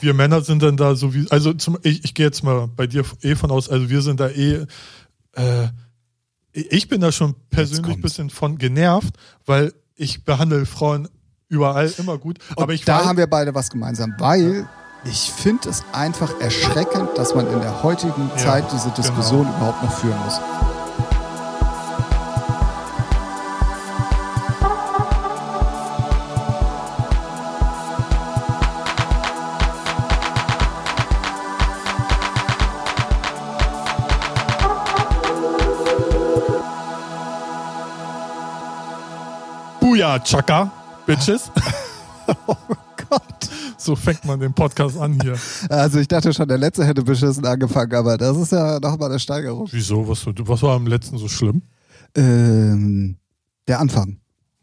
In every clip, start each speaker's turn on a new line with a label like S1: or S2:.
S1: wir Männer sind dann da so wie, also zum, ich, ich gehe jetzt mal bei dir eh von aus, also wir sind da eh, äh, ich bin da schon persönlich ein
S2: kommt's.
S1: bisschen von genervt, weil ich behandle Frauen überall immer gut,
S2: Und
S1: aber ich
S2: da
S1: weiß-
S2: haben wir beide was gemeinsam, weil ich finde es einfach erschreckend, dass man in der heutigen
S1: Ja, genau.
S2: Zeit diese Diskussion überhaupt noch führen muss.
S1: Buja Chaka, Bitches.
S2: Gott.
S1: So fängt man den Podcast an hier.
S2: Also ich dachte schon, der letzte hätte beschissen angefangen, aber das ist ja nochmal eine Steigerung.
S1: Wieso? Was, was war am letzten so schlimm?
S2: Ähm, der Anfang.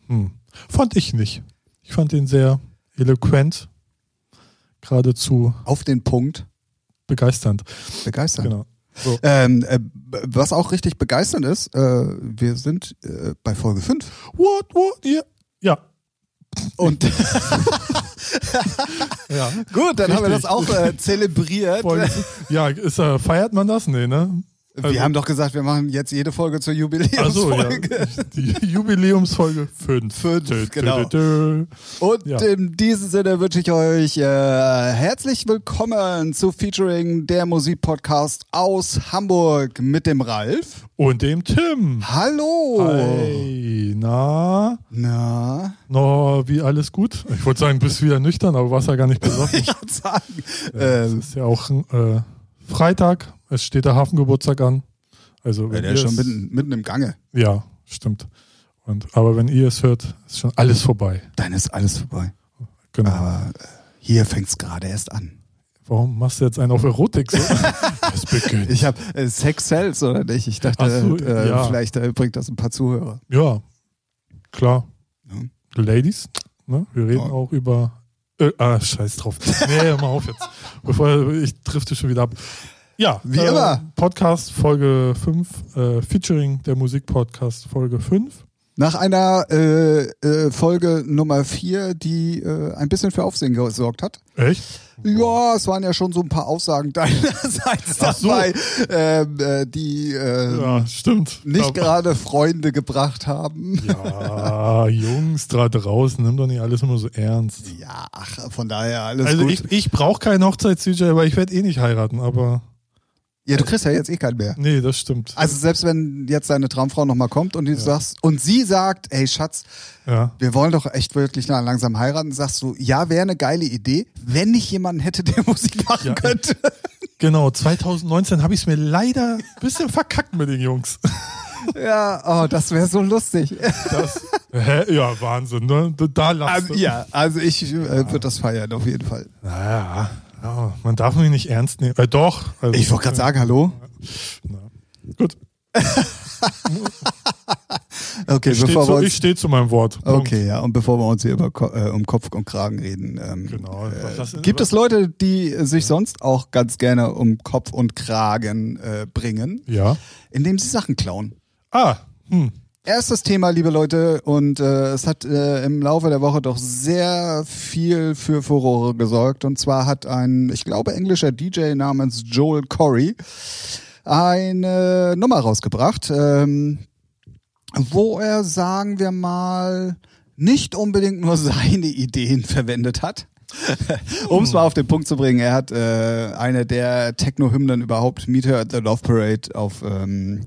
S1: Hm. Fand ich nicht. Ich fand ihn sehr eloquent, geradezu
S2: Auf den Punkt.
S1: begeisternd.
S2: Begeistern.
S1: Genau. So.
S2: Ähm, äh, b- was auch richtig begeisternd ist, äh, wir sind äh, bei Folge 5.
S1: What, what, yeah. Ja.
S2: Und
S1: Ja.
S2: gut, dann haben wir
S1: Richtig.
S2: das auch äh, zelebriert.
S1: Voll- ja, ist, äh, feiert man das? Nee, ne? Also-
S2: wir haben doch gesagt, wir machen jetzt jede Folge zur
S1: Also ja.
S2: Jubiläumsfolge.
S1: Die Jubiläumsfolge 5.
S2: Fünf, genau. Und
S1: Ja.
S2: in diesem Sinne wünsche ich euch äh, herzlich willkommen zu Featuring der Musikpodcast aus Hamburg mit dem Ralf.
S1: Und dem Tim.
S2: Hallo!
S1: Hi, na,
S2: Na,
S1: no, wie alles gut? Ich wollte sagen, bist wieder nüchtern, aber warst ja gar nicht besoffen.
S2: ich kann sagen.
S1: Es
S2: ähm,
S1: ist ja auch äh, Freitag, es steht der Hafengeburtstag an. Also
S2: ja,
S1: wenn
S2: der
S1: ihr
S2: ist schon
S1: es,
S2: mitten, mitten im Gange.
S1: ja, stimmt. Und, aber wenn ihr es hört, ist schon alles vorbei.
S2: Dann ist alles vorbei.
S1: Genau.
S2: Aber äh, hier fängt es gerade erst an.
S1: Warum machst du jetzt einen auf Erotik so? es beginnt.
S2: Ich habe äh, Sex Sells, oder nicht? Ich dachte,
S1: Ach so,
S2: äh,
S1: ja.
S2: vielleicht äh, bringt das ein paar Zuhörer.
S1: Ja, klar.
S2: Ja.
S1: Ladies, ne? wir reden
S2: Ja.
S1: auch über. Äh, ah, scheiß drauf. Nee, mach auf jetzt. Bevor ich drifte schon wieder ab. Ja, äh,
S2: Wie immer.
S1: Podcast Folge 5, äh, featuring der Musikpodcast Folge 5.
S2: Nach einer äh, äh, Folge Nummer 4, die äh, ein bisschen für Aufsehen gesorgt hat.
S1: Echt?
S2: Ja, es waren ja schon so ein paar Aussagen deinerseits
S1: Ach so.
S2: dabei, ähm, äh, die äh,
S1: Ja, stimmt.
S2: nicht
S1: Aber-
S2: gerade Freunde gebracht haben.
S1: Ja, Jungs, da draußen, nimm doch nicht alles immer so ernst.
S2: Ja, ach, von daher alles
S1: also
S2: gut.
S1: ich, ich brauche keinen Hochzeits-DJ, weil ich werde eh nicht heiraten, aber
S2: ja, du kriegst ja jetzt eh keinen mehr.
S1: nee, das stimmt.
S2: Also selbst wenn jetzt deine Traumfrau nochmal kommt und du sagst, und sie sagt, ey Schatz,
S1: ja.
S2: wir wollen doch echt wirklich lang- langsam heiraten, sagst du, ja, wäre eine geile Idee, wenn ich jemanden hätte, der Musik machen
S1: Ja.
S2: könnte.
S1: Genau, 2019 habe ich es mir leider ein bisschen verkackt mit den Jungs.
S2: ja, oh, das wäre so lustig.
S1: Das, hä? Ja, Wahnsinn, ne? Da- Da lachst
S2: Also,
S1: du.
S2: ja, also ich äh, würde das feiern, auf jeden Fall.
S1: Naja, ja, man darf mich nicht ernst nehmen. Äh, doch. Also,
S2: Ich wollte gerade sagen, hallo.
S1: Na, gut,
S2: Okay,
S1: ich stehe
S2: bevor wir
S1: zu, ich
S2: uns.
S1: steh zu meinem Wort. Punkt.
S2: Okay, ja, und bevor wir uns hier über, Ko- äh, um Kopf und Kragen reden, ähm,
S1: Genau. Was-
S2: äh, gibt es Leute, die äh, sich sonst auch ganz gerne um Kopf und Kragen äh, bringen,
S1: Ja.
S2: indem sie Sachen klauen?
S1: Ah, hm.
S2: Erstes Thema, liebe Leute, und äh, es hat äh, im Laufe der Woche doch sehr viel für Furore gesorgt. Und zwar hat ein, ich glaube, englischer DJ namens Joel Corey eine Nummer rausgebracht, ähm, wo er, sagen wir mal, nicht unbedingt nur seine Ideen verwendet hat. um es mal auf den Punkt zu bringen, er hat äh, eine der Techno-Hymnen überhaupt, Meet Her at the Love Parade, auf ähm,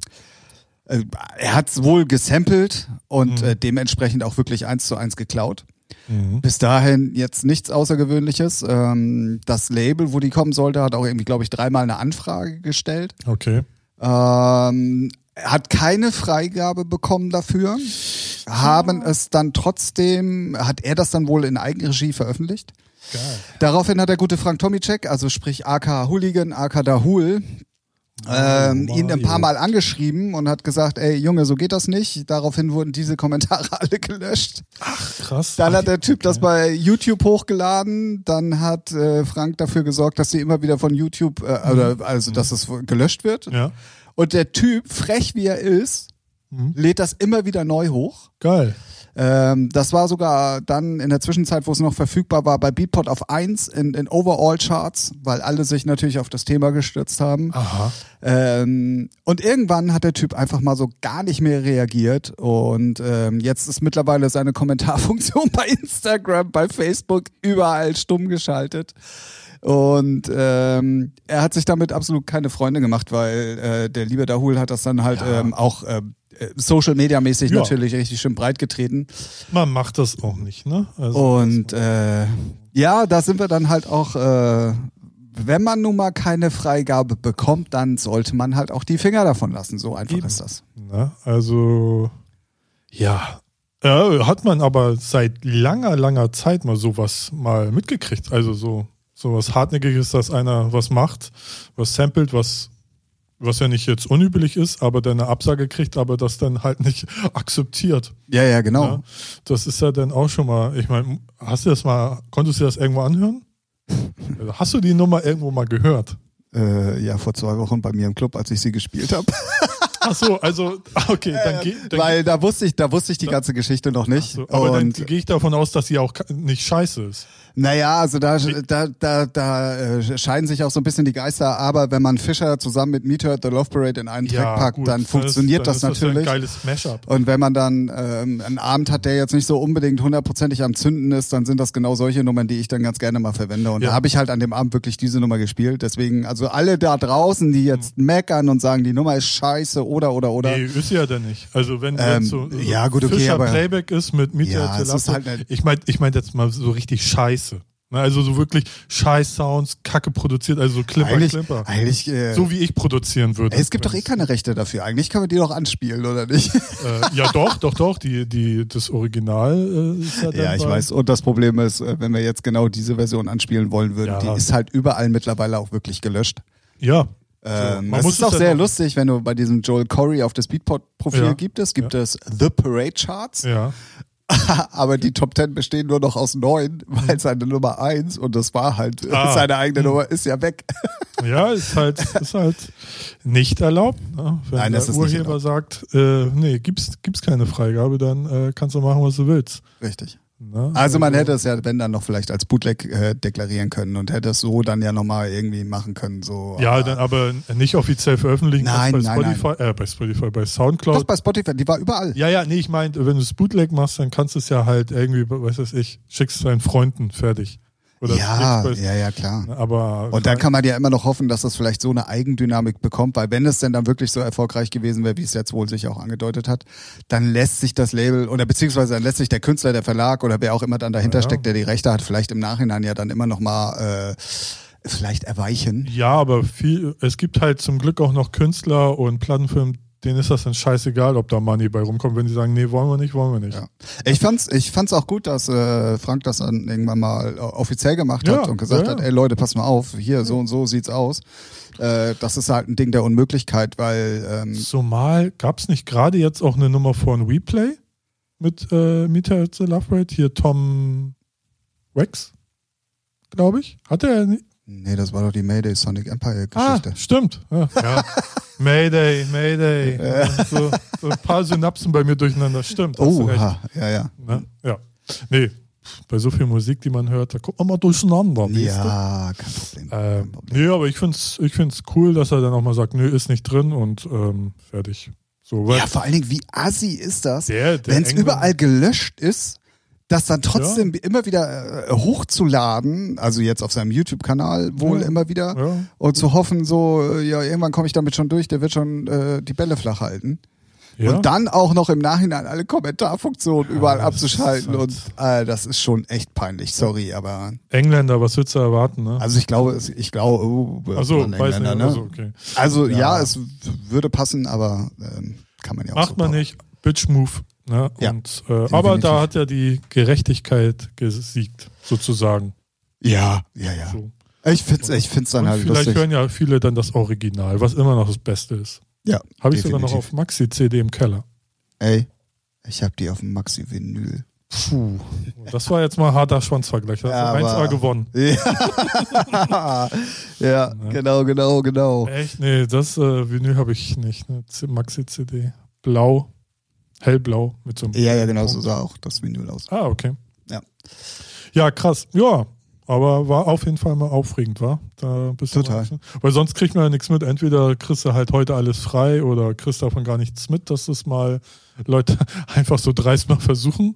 S2: äh, er hat es wohl gesampelt und äh, dementsprechend auch wirklich eins zu eins geklaut.
S1: Mhm.
S2: Bis dahin jetzt nichts Außergewöhnliches. Ähm, das Label, wo die kommen sollte, hat auch irgendwie, glaube ich, dreimal eine Anfrage gestellt.
S1: Okay.
S2: Ähm, er hat keine Freigabe bekommen dafür. Haben es dann trotzdem, hat er das dann wohl in Eigenregie veröffentlicht?
S1: Geil.
S2: Daraufhin hat der gute Frank Tomicek, also sprich AK Hooligan, AK Dahul, ähm,
S1: Oh, Mario.
S2: ihn ein paar Mal angeschrieben und hat gesagt, ey Junge, so geht das nicht. Daraufhin wurden diese Kommentare alle gelöscht.
S1: Krass.
S2: Dann hat der Typ das bei YouTube hochgeladen. Dann hat äh, Frank dafür gesorgt, dass sie immer wieder von YouTube, äh, oder, also dass es gelöscht wird.
S1: Mhm. Ja. Mhm.
S2: Und der Typ, frech wie er ist, lädt das immer wieder neu hoch.
S1: Geil.
S2: Äh, Ähm, das war sogar dann in der Zwischenzeit, wo es noch verfügbar war, bei Beatport auf 1 in, in Overall-Charts, weil alle sich natürlich auf das Thema gestürzt haben.
S1: Aha.
S2: Ähm, und irgendwann hat der Typ einfach mal so gar nicht mehr reagiert. Und ähm, jetzt ist mittlerweile seine Kommentarfunktion bei Instagram, bei Facebook überall stumm geschaltet. Und ähm, er hat sich damit absolut keine Freunde gemacht, weil äh, der liebe Dahul hat das dann halt ähm, auch ähm, äh, Social Media mäßig
S1: Ja.
S2: natürlich richtig schön breit getreten.
S1: Man macht das auch nicht, ne? Also,
S2: Und äh, ja, da sind wir dann halt auch, äh, wenn man nun mal keine Freigabe bekommt, dann sollte man halt auch die Finger davon lassen. So einfach
S1: Eben.
S2: ist das.
S1: ne? also ja. Äh, hat man aber seit langer, langer Zeit mal sowas mal mitgekriegt. Also so, so was Hartnäckiges, dass einer was macht, was samplet, was, was ja nicht jetzt unüblich ist, aber dann eine Absage kriegt, aber das dann halt nicht akzeptiert.
S2: Ja, ja, genau.
S1: Ja, das ist ja dann auch schon mal, ich meine, hast du das mal, konntest du das irgendwo anhören? Also hast du die Nummer irgendwo mal gehört?
S2: Äh, ja, vor zwei Wochen bei mir im Club, als ich sie gespielt habe.
S1: Ach so, also, okay, dann, ge, dann
S2: Weil da wusste ich, da wusste ich die ganze Geschichte noch nicht.
S1: so, aber dann
S2: Und
S1: gehe ich davon aus, dass sie auch ka- nicht scheiße ist.
S2: Naja, also da, da, da, da äh, scheiden sich auch so ein bisschen die Geister, aber wenn man Fischer zusammen mit Meteor The Love Parade in einen Track packt,
S1: gut,
S2: dann funktioniert
S1: dann
S2: das,
S1: ist ja
S2: natürlich.
S1: ein geiles Mashup.
S2: und wenn man dann ähm, einen Abend hat, der jetzt nicht so unbedingt hundertprozentig am Zünden ist, dann sind das genau solche Nummern, die ich dann ganz gerne mal verwende. Und
S1: Ja.
S2: da habe ich halt an dem Abend wirklich diese Nummer gespielt. Deswegen, also alle da draußen, die jetzt meckern und sagen, die Nummer ist scheiße oder oder oder.
S1: Hm. Nee, ist sie ja dann nicht. Also wenn
S2: Ähm,
S1: jetzt so so
S2: ja, gut, okay,
S1: Fischer
S2: aber-
S1: Playback ist mit Mieter
S2: Ja, es ist halt eine-
S1: ich meine ich mein jetzt mal so richtig scheiße. Ne, Also so wirklich scheiß Sounds, Kacke produziert, also so Klimper,
S2: eigentlich,
S1: Klimper.
S2: eigentlich äh,
S1: So wie ich produzieren würde.
S2: es gibt doch eh
S1: Wenn's-
S2: keine Rechte dafür. Eigentlich können wir die doch anspielen, oder nicht?
S1: äh, ja, doch, doch, doch. Die, die, das Original äh, ist ja dann
S2: Ja, ich
S1: bei-
S2: weiß. Und das Problem ist, äh, wenn wir jetzt genau diese Version anspielen wollen würden,
S1: Ja.
S2: die ist halt überall mittlerweile auch wirklich gelöscht.
S1: Ja.
S2: Ähm,
S1: man
S2: es
S1: muss
S2: ist
S1: es
S2: auch
S1: dann
S2: sehr
S1: noch-
S2: lustig, wenn du bei diesem Joel Corey auf das Beatport-Profil
S1: Ja.
S2: gibt es, gibt es The Parade Charts,
S1: Ja.
S2: aber die Top Ten bestehen nur noch aus neun, weil seine Nummer eins und das war halt äh,
S1: Ah.
S2: seine eigene Nummer ist ja weg.
S1: ja, ist halt, ist halt nicht erlaubt. Ne? Wenn
S2: Nein,
S1: der
S2: das ist nicht
S1: Urheber sagt, äh, nee, gibt's, gibt's keine Freigabe, dann äh, kannst du machen, was du willst.
S2: Richtig.
S1: Ne?
S2: Also man hätte es ja, wenn dann noch vielleicht als Bootleg äh, deklarieren können und hätte es so dann ja nochmal irgendwie machen können. So.
S1: Ja,
S2: Aber-
S1: dann aber nicht offiziell veröffentlichen
S2: Nein,
S1: kannst bei
S2: nein,
S1: Spotify, Äh, bei Spotify, bei
S2: Doch
S1: Soundcloud.
S2: bei Spotify, die war überall.
S1: Ja, ja, nee, ich meine, wenn du es Bootleg machst, dann kannst du es ja halt irgendwie, weiß was ich, schickst deinen Freunden fertig. Oder
S2: ja,
S1: schickst bei-
S2: ja, ja klar.
S1: Aber
S2: Und dann kann man ja immer noch hoffen, dass das vielleicht so eine Eigendynamik bekommt, weil wenn es denn dann wirklich so erfolgreich gewesen wäre, wie es jetzt wohl sich auch angedeutet hat, dann lässt sich das Label oder beziehungsweise dann lässt sich der Künstler, der Verlag oder wer auch immer dann dahinter
S1: Ja.
S2: steckt, der die Rechte hat, vielleicht im Nachhinein ja dann immer noch mal äh, vielleicht erweichen.
S1: Ja, aber viel, es gibt halt zum Glück auch noch Künstler und Plattenfirmen, denen ist das dann scheißegal, ob da Money bei rumkommt, wenn die sagen, nee, wollen wir nicht, wollen wir nicht.
S2: Ja. Ich fand's, ich fand's auch gut, dass äh, Frank das dann irgendwann mal äh, offiziell gemacht
S1: Ja,
S2: hat und gesagt
S1: ja, ja.
S2: hat, ey Leute, passt mal auf, hier so und so sieht's aus. Äh, das ist halt ein Ding der Unmöglichkeit, weil ähm,
S1: Zumal gab es nicht gerade jetzt auch eine Nummer von WePlay mit äh, Mieter the Love Parade, hier Tom Wax, glaube ich. Hat er ja nicht.
S2: nee, das war doch die Mayday Sonic Empire
S1: Ah,
S2: Geschichte.
S1: stimmt. Ja. Ja. Mayday, Mayday. Ja. So, so ein paar Synapsen bei mir durcheinander. Stimmt. hast du
S2: Oh,
S1: recht.
S2: ha, ja, ja.
S1: Ne? Ja. Nee, bei so viel Musik, die man hört, da kommt man mal durcheinander. weißt du?
S2: Ja, kein Problem.
S1: Ähm, nee, aber ich finde es ich find's cool, dass er dann auch mal sagt, nö, ist nicht drin und ähm, fertig. So, weil
S2: ja, vor allen Dingen, wie assi ist das,
S1: der, der
S2: wenn es
S1: Engländer-
S2: überall gelöscht ist, das dann trotzdem immer wieder äh, hochzuladen, also jetzt auf seinem YouTube-Kanal wohl
S1: Ja.
S2: immer wieder,
S1: Ja.
S2: und zu hoffen, so, äh, ja, irgendwann komme ich damit schon durch, der wird schon äh, die Bälle flach halten.
S1: Ja. Ah,
S2: Und dann auch noch im Nachhinein alle Kommentarfunktionen überall
S1: das
S2: abzuschalten und
S1: ist
S2: äh, das ist schon echt peinlich, sorry, aber
S1: Engländer, was willst du erwarten, ne?
S2: also ich glaube, es- ich glaube, oh,
S1: Achso,
S2: ein
S1: weiß nicht.
S2: Engländer, ne?
S1: Also, okay.
S2: Also ja,
S1: Ja.
S2: es w- würde passen, aber ähm, kann man ja auch so
S1: Macht man
S2: bauen.
S1: nicht, Bitch-Move. Ne?
S2: Ja.
S1: Und, äh, aber da hat ja die Gerechtigkeit gesiegt, sozusagen.
S2: Ja, ja, ja.
S1: So.
S2: Ich find's, ich find's dann
S1: Und
S2: halt
S1: vielleicht
S2: lustig.
S1: hören ja viele dann das Original, was immer noch das Beste ist.
S2: ja,
S1: Habe ich sogar noch auf
S2: definitiv.
S1: Maxi-CD im Keller.
S2: Ey, ich hab die auf dem Maxi-Vinyl. Puh.
S1: Das war jetzt mal ein harter Schwanzvergleich. Da
S2: Ja,
S1: hast du 1A
S2: aber-
S1: gewonnen.
S2: ja, genau, genau, genau.
S1: Echt? Nee, das äh, Vinyl habe ich nicht. Ne? Z- Maxi-CD. Blau. Hellblau mit so einem.
S2: Ja, ja, genau, so sah auch das Vinyl aus.
S1: Ah, okay.
S2: Ja.
S1: Ja, krass. Ja, aber war auf jeden Fall mal aufregend, war? Da bist du
S2: Total.
S1: mal- Weil sonst kriegt man ja nichts mit. Entweder kriegst du halt heute alles frei oder kriegst davon gar nichts mit, dass es mal Leute einfach so dreist mal versuchen.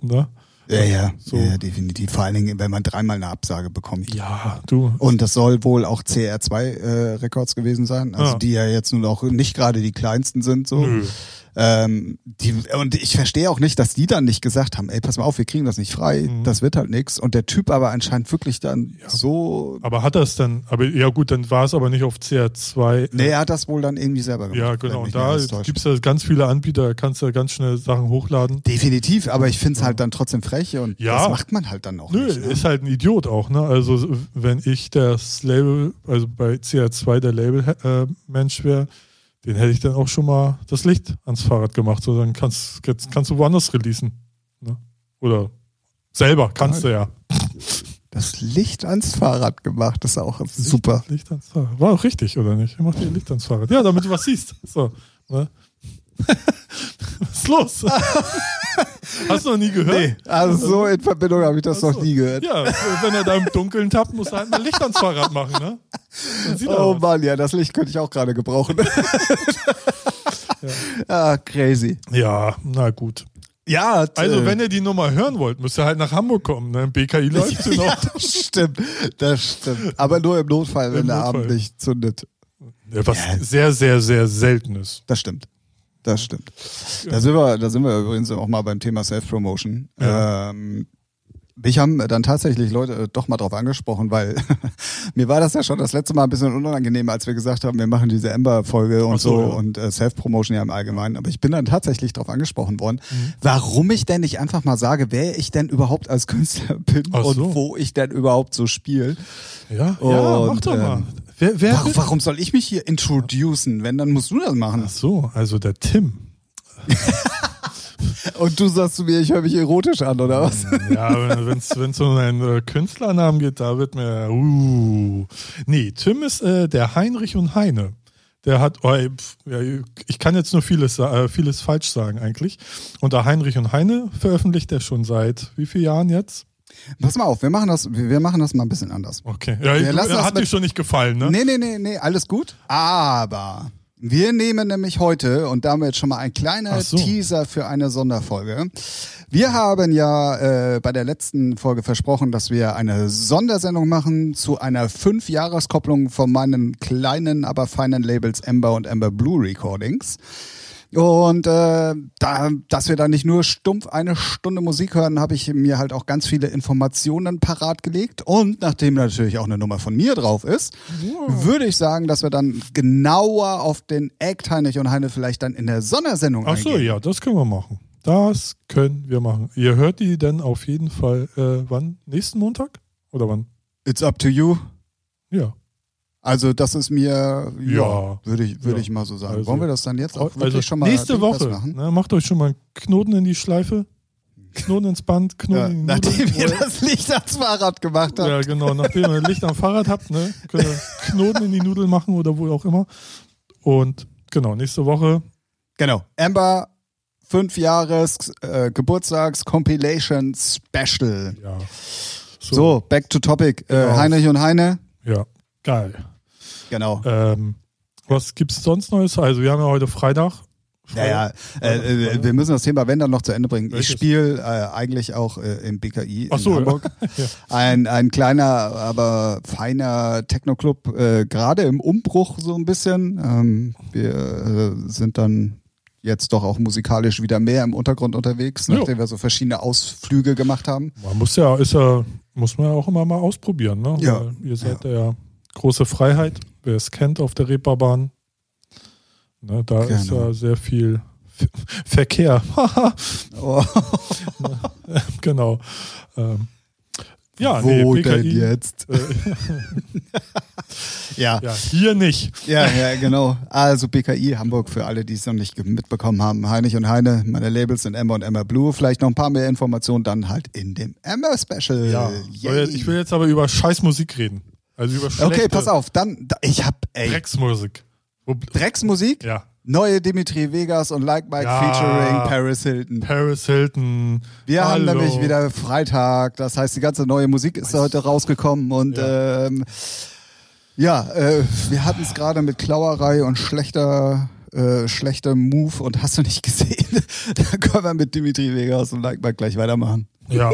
S1: Ne?
S2: Ja, ja,
S1: So.
S2: ja, ja, definitiv. Vor allen Dingen, wenn man dreimal eine Absage bekommt.
S1: Ja, du.
S2: Und das soll wohl auch CR2 äh, Records gewesen sein, also
S1: Ah.
S2: die ja jetzt nun auch nicht gerade die kleinsten sind so.
S1: Nö.
S2: Ähm, die, und ich verstehe auch nicht, dass die dann nicht gesagt haben, ey, pass mal auf, wir kriegen das nicht frei,
S1: Mhm.
S2: das wird halt nix. Und der Typ aber anscheinend wirklich dann so,
S1: Aber hat er es dann? Aber ja, gut, dann war es aber nicht auf CR2.
S2: nee, er hat das wohl dann irgendwie selber gemacht.
S1: Ja,
S2: wenn
S1: genau. Und
S2: mich
S1: da
S2: nicht alles täuscht.
S1: gibt es ja ganz viele Anbieter, da kannst du ja ganz schnell Sachen hochladen.
S2: Definitiv, aber ich find's halt dann trotzdem frech und
S1: Ja.
S2: das macht man halt dann auch
S1: Nö,
S2: nicht. Ne?
S1: ist halt ein Idiot auch, ne? Also wenn ich das Label, also bei CR2 der Label-Mensch wäre, den hätte ich dann auch schon mal das Licht ans Fahrrad gemacht. So, dann kannst, jetzt kannst du woanders releasen. Ne? Oder selber kannst du ja.
S2: Das Licht ans Fahrrad gemacht, das ist auch super.
S1: Licht ans Fahrrad. War auch richtig, oder nicht? Ich mach dir Licht ans Fahrrad. Ja, damit du was siehst. So, ne? was ist los? Hast du noch nie gehört?
S2: Also so in Verbindung habe ich das
S1: Ach
S2: noch
S1: so.
S2: nie gehört.
S1: Ja, wenn er da im Dunkeln tappt, muss er halt mal Licht ans Fahrrad machen, ne? Dann sieht er
S2: Oh
S1: was.
S2: Mann, ja, das Licht könnte ich auch gerade gebrauchen. ah, crazy. Äh,
S1: Ja, na gut.
S2: Ja,
S1: Also, wenn ihr die Nummer hören wollt, müsst ihr halt nach Hamburg kommen. Ne? Im BKI läuft sie
S2: ja,
S1: noch.
S2: das stimmt, das stimmt. Aber nur im Notfall, wenn
S1: Im
S2: der
S1: Notfall.
S2: Abend nicht zündet.
S1: Ja, was
S2: Ja.
S1: sehr, sehr, sehr selten ist.
S2: Das stimmt. Das stimmt. Da sind wir, da sind wir übrigens auch mal beim Thema Self-Promotion. Ähm, mich haben dann tatsächlich Leute äh, doch mal drauf angesprochen, weil mir war das ja schon das letzte Mal ein bisschen unangenehm, als wir gesagt haben, wir machen diese Ember-Folge und
S1: Ach so,
S2: so,
S1: ja.
S2: und äh, Self-Promotion ja im Allgemeinen. Aber ich bin dann tatsächlich drauf angesprochen worden,
S1: Mhm.
S2: warum ich denn nicht einfach mal sage, wer ich denn überhaupt als Künstler bin
S1: Ach
S2: und
S1: so.
S2: wo ich denn überhaupt so spiele.
S1: Ja, ja mach
S2: Und,
S1: doch mal.
S2: ähm,
S1: Wer, wer
S2: Warum, warum soll ich mich hier introducen? Wenn, dann musst du das machen.
S1: Ach so, also der Tim.
S2: Und du sagst zu mir, ich höre mich erotisch an, oder was?
S1: Hm, Ja, wenn es um einen äh, Künstlernamen geht, da wird mir. Uh. Nee, Tim ist äh, der Heinrich und Heine. Der hat, oh, ey, pf, ja, ich kann jetzt nur vieles, sa- äh, vieles falsch sagen eigentlich. Unter Heinrich und Heine veröffentlicht er schon seit wie vielen Jahren jetzt?
S2: Pass mal auf, wir machen das, wir wir machen das mal ein bisschen anders.
S1: Okay. Ja,
S2: Wir lassen
S1: ich,
S2: das
S1: hat
S2: mit-
S1: dir schon nicht gefallen, ne?
S2: Nee, nee, nee, nee, alles gut. Aber wir nehmen nämlich heute, und damit schon mal ein kleiner
S1: Ach so.
S2: Teaser für eine Sonderfolge. Wir haben ja äh, bei der letzten Folge versprochen, dass wir eine Sondersendung machen zu einer Fünf-Jahres-Kopplung von meinen kleinen, aber feinen Labels Ember und Ember Blue Recordings. Und äh, da, dass wir da nicht nur stumpf eine Stunde Musik hören, habe ich mir halt auch ganz viele Informationen parat gelegt. Und nachdem natürlich auch eine Nummer von mir drauf ist, würde ich sagen, dass wir dann genauer auf den Act Heinrich und Heine vielleicht dann in der Sondersendung
S1: Ach so,
S2: eingehen.
S1: ja, das können wir machen. Das können wir machen. Ihr hört die dann auf jeden Fall, äh, wann? Nächsten Montag? Oder wann?
S2: It's up to you.
S1: Ja.
S2: Also das ist mir, ja,
S1: Ja.
S2: würde ich, würde
S1: Ja.
S2: ich mal so sagen.
S1: Also-
S2: Wollen wir das dann jetzt auch wirklich schon mal
S1: nächste
S2: dingfest
S1: Woche.
S2: machen?
S1: Ne, macht euch schon mal einen Knoten in die Schleife, Knoten ins Band, Knoten
S2: Ja,
S1: in die Nudeln.
S2: nachdem ihr das Licht ans Fahrrad gemacht habt.
S1: Ja, genau. Nachdem ihr Licht am Fahrrad habt, ne, könnt ihr Knoten in die Nudel machen oder wo auch immer. Und genau, nächste Woche.
S2: Genau. Amber, fünf Jahres äh, Geburtstags Compilation Special.
S1: Ja.
S2: So, back to topic. Äh,
S1: Genau.
S2: Heinrich und Heine.
S1: Ja, geil.
S2: Genau.
S1: Ähm, was gibt's sonst Neues? Also, wir haben ja heute Freitag.
S2: Naja, äh, äh, wir müssen das Thema Wenn dann noch zu Ende bringen.
S1: Welches?
S2: Ich spiele äh, eigentlich auch äh, im BKI
S1: Ach so,
S2: in
S1: ja.
S2: Hamburg.
S1: Ja.
S2: Ein, ein kleiner, aber feiner Techno-Club, äh, gerade im Umbruch so ein bisschen. Ähm, wir äh, sind dann jetzt doch auch musikalisch wieder mehr im Untergrund unterwegs,
S1: Jo.
S2: nachdem wir so verschiedene Ausflüge gemacht haben.
S1: Man muss ja, ist ja, muss man ja auch immer mal ausprobieren, ne?
S2: Ja.
S1: Weil ihr seid ja. große Freiheit, wer es kennt auf der Reeperbahn. Ne, da ist
S2: Genau.
S1: ja sehr viel Ver- Verkehr. Haha,
S2: Oh.
S1: genau. Ähm, ja,
S2: Wo
S1: nee,
S2: denn
S1: PKI,
S2: jetzt?
S1: Äh,
S2: Ja.
S1: ja, hier nicht.
S2: ja, ja, genau. Also BKI Hamburg für alle, die es noch nicht mitbekommen haben. Heinrich und Heine, meine Labels sind Emma und Emma Blue. Vielleicht noch ein paar mehr Informationen dann halt in dem Emma Special.
S1: Ja.
S2: Äh, Yay.
S1: Aber jetzt- Ich will jetzt aber über Scheißmusik reden. Also über schlechte
S2: okay, pass auf. Dann, da- ich hab, ey,
S1: Drecksmusik. Wo-
S2: Drecksmusik?
S1: Ja.
S2: Neue Dimitri Vegas und Like Mike
S1: Ja.
S2: featuring Paris Hilton.
S1: Paris Hilton.
S2: Wir
S1: Hallo.
S2: haben nämlich wieder Freitag, das heißt, die ganze neue Musik ist heute rausgekommen und ja, ähm, ja äh, wir hatten es gerade mit Klauerei und schlechter, äh, schlechter Move und hast du nicht gesehen? da können wir mit Dimitri Vegas und Like Mike gleich weitermachen.
S1: Ja.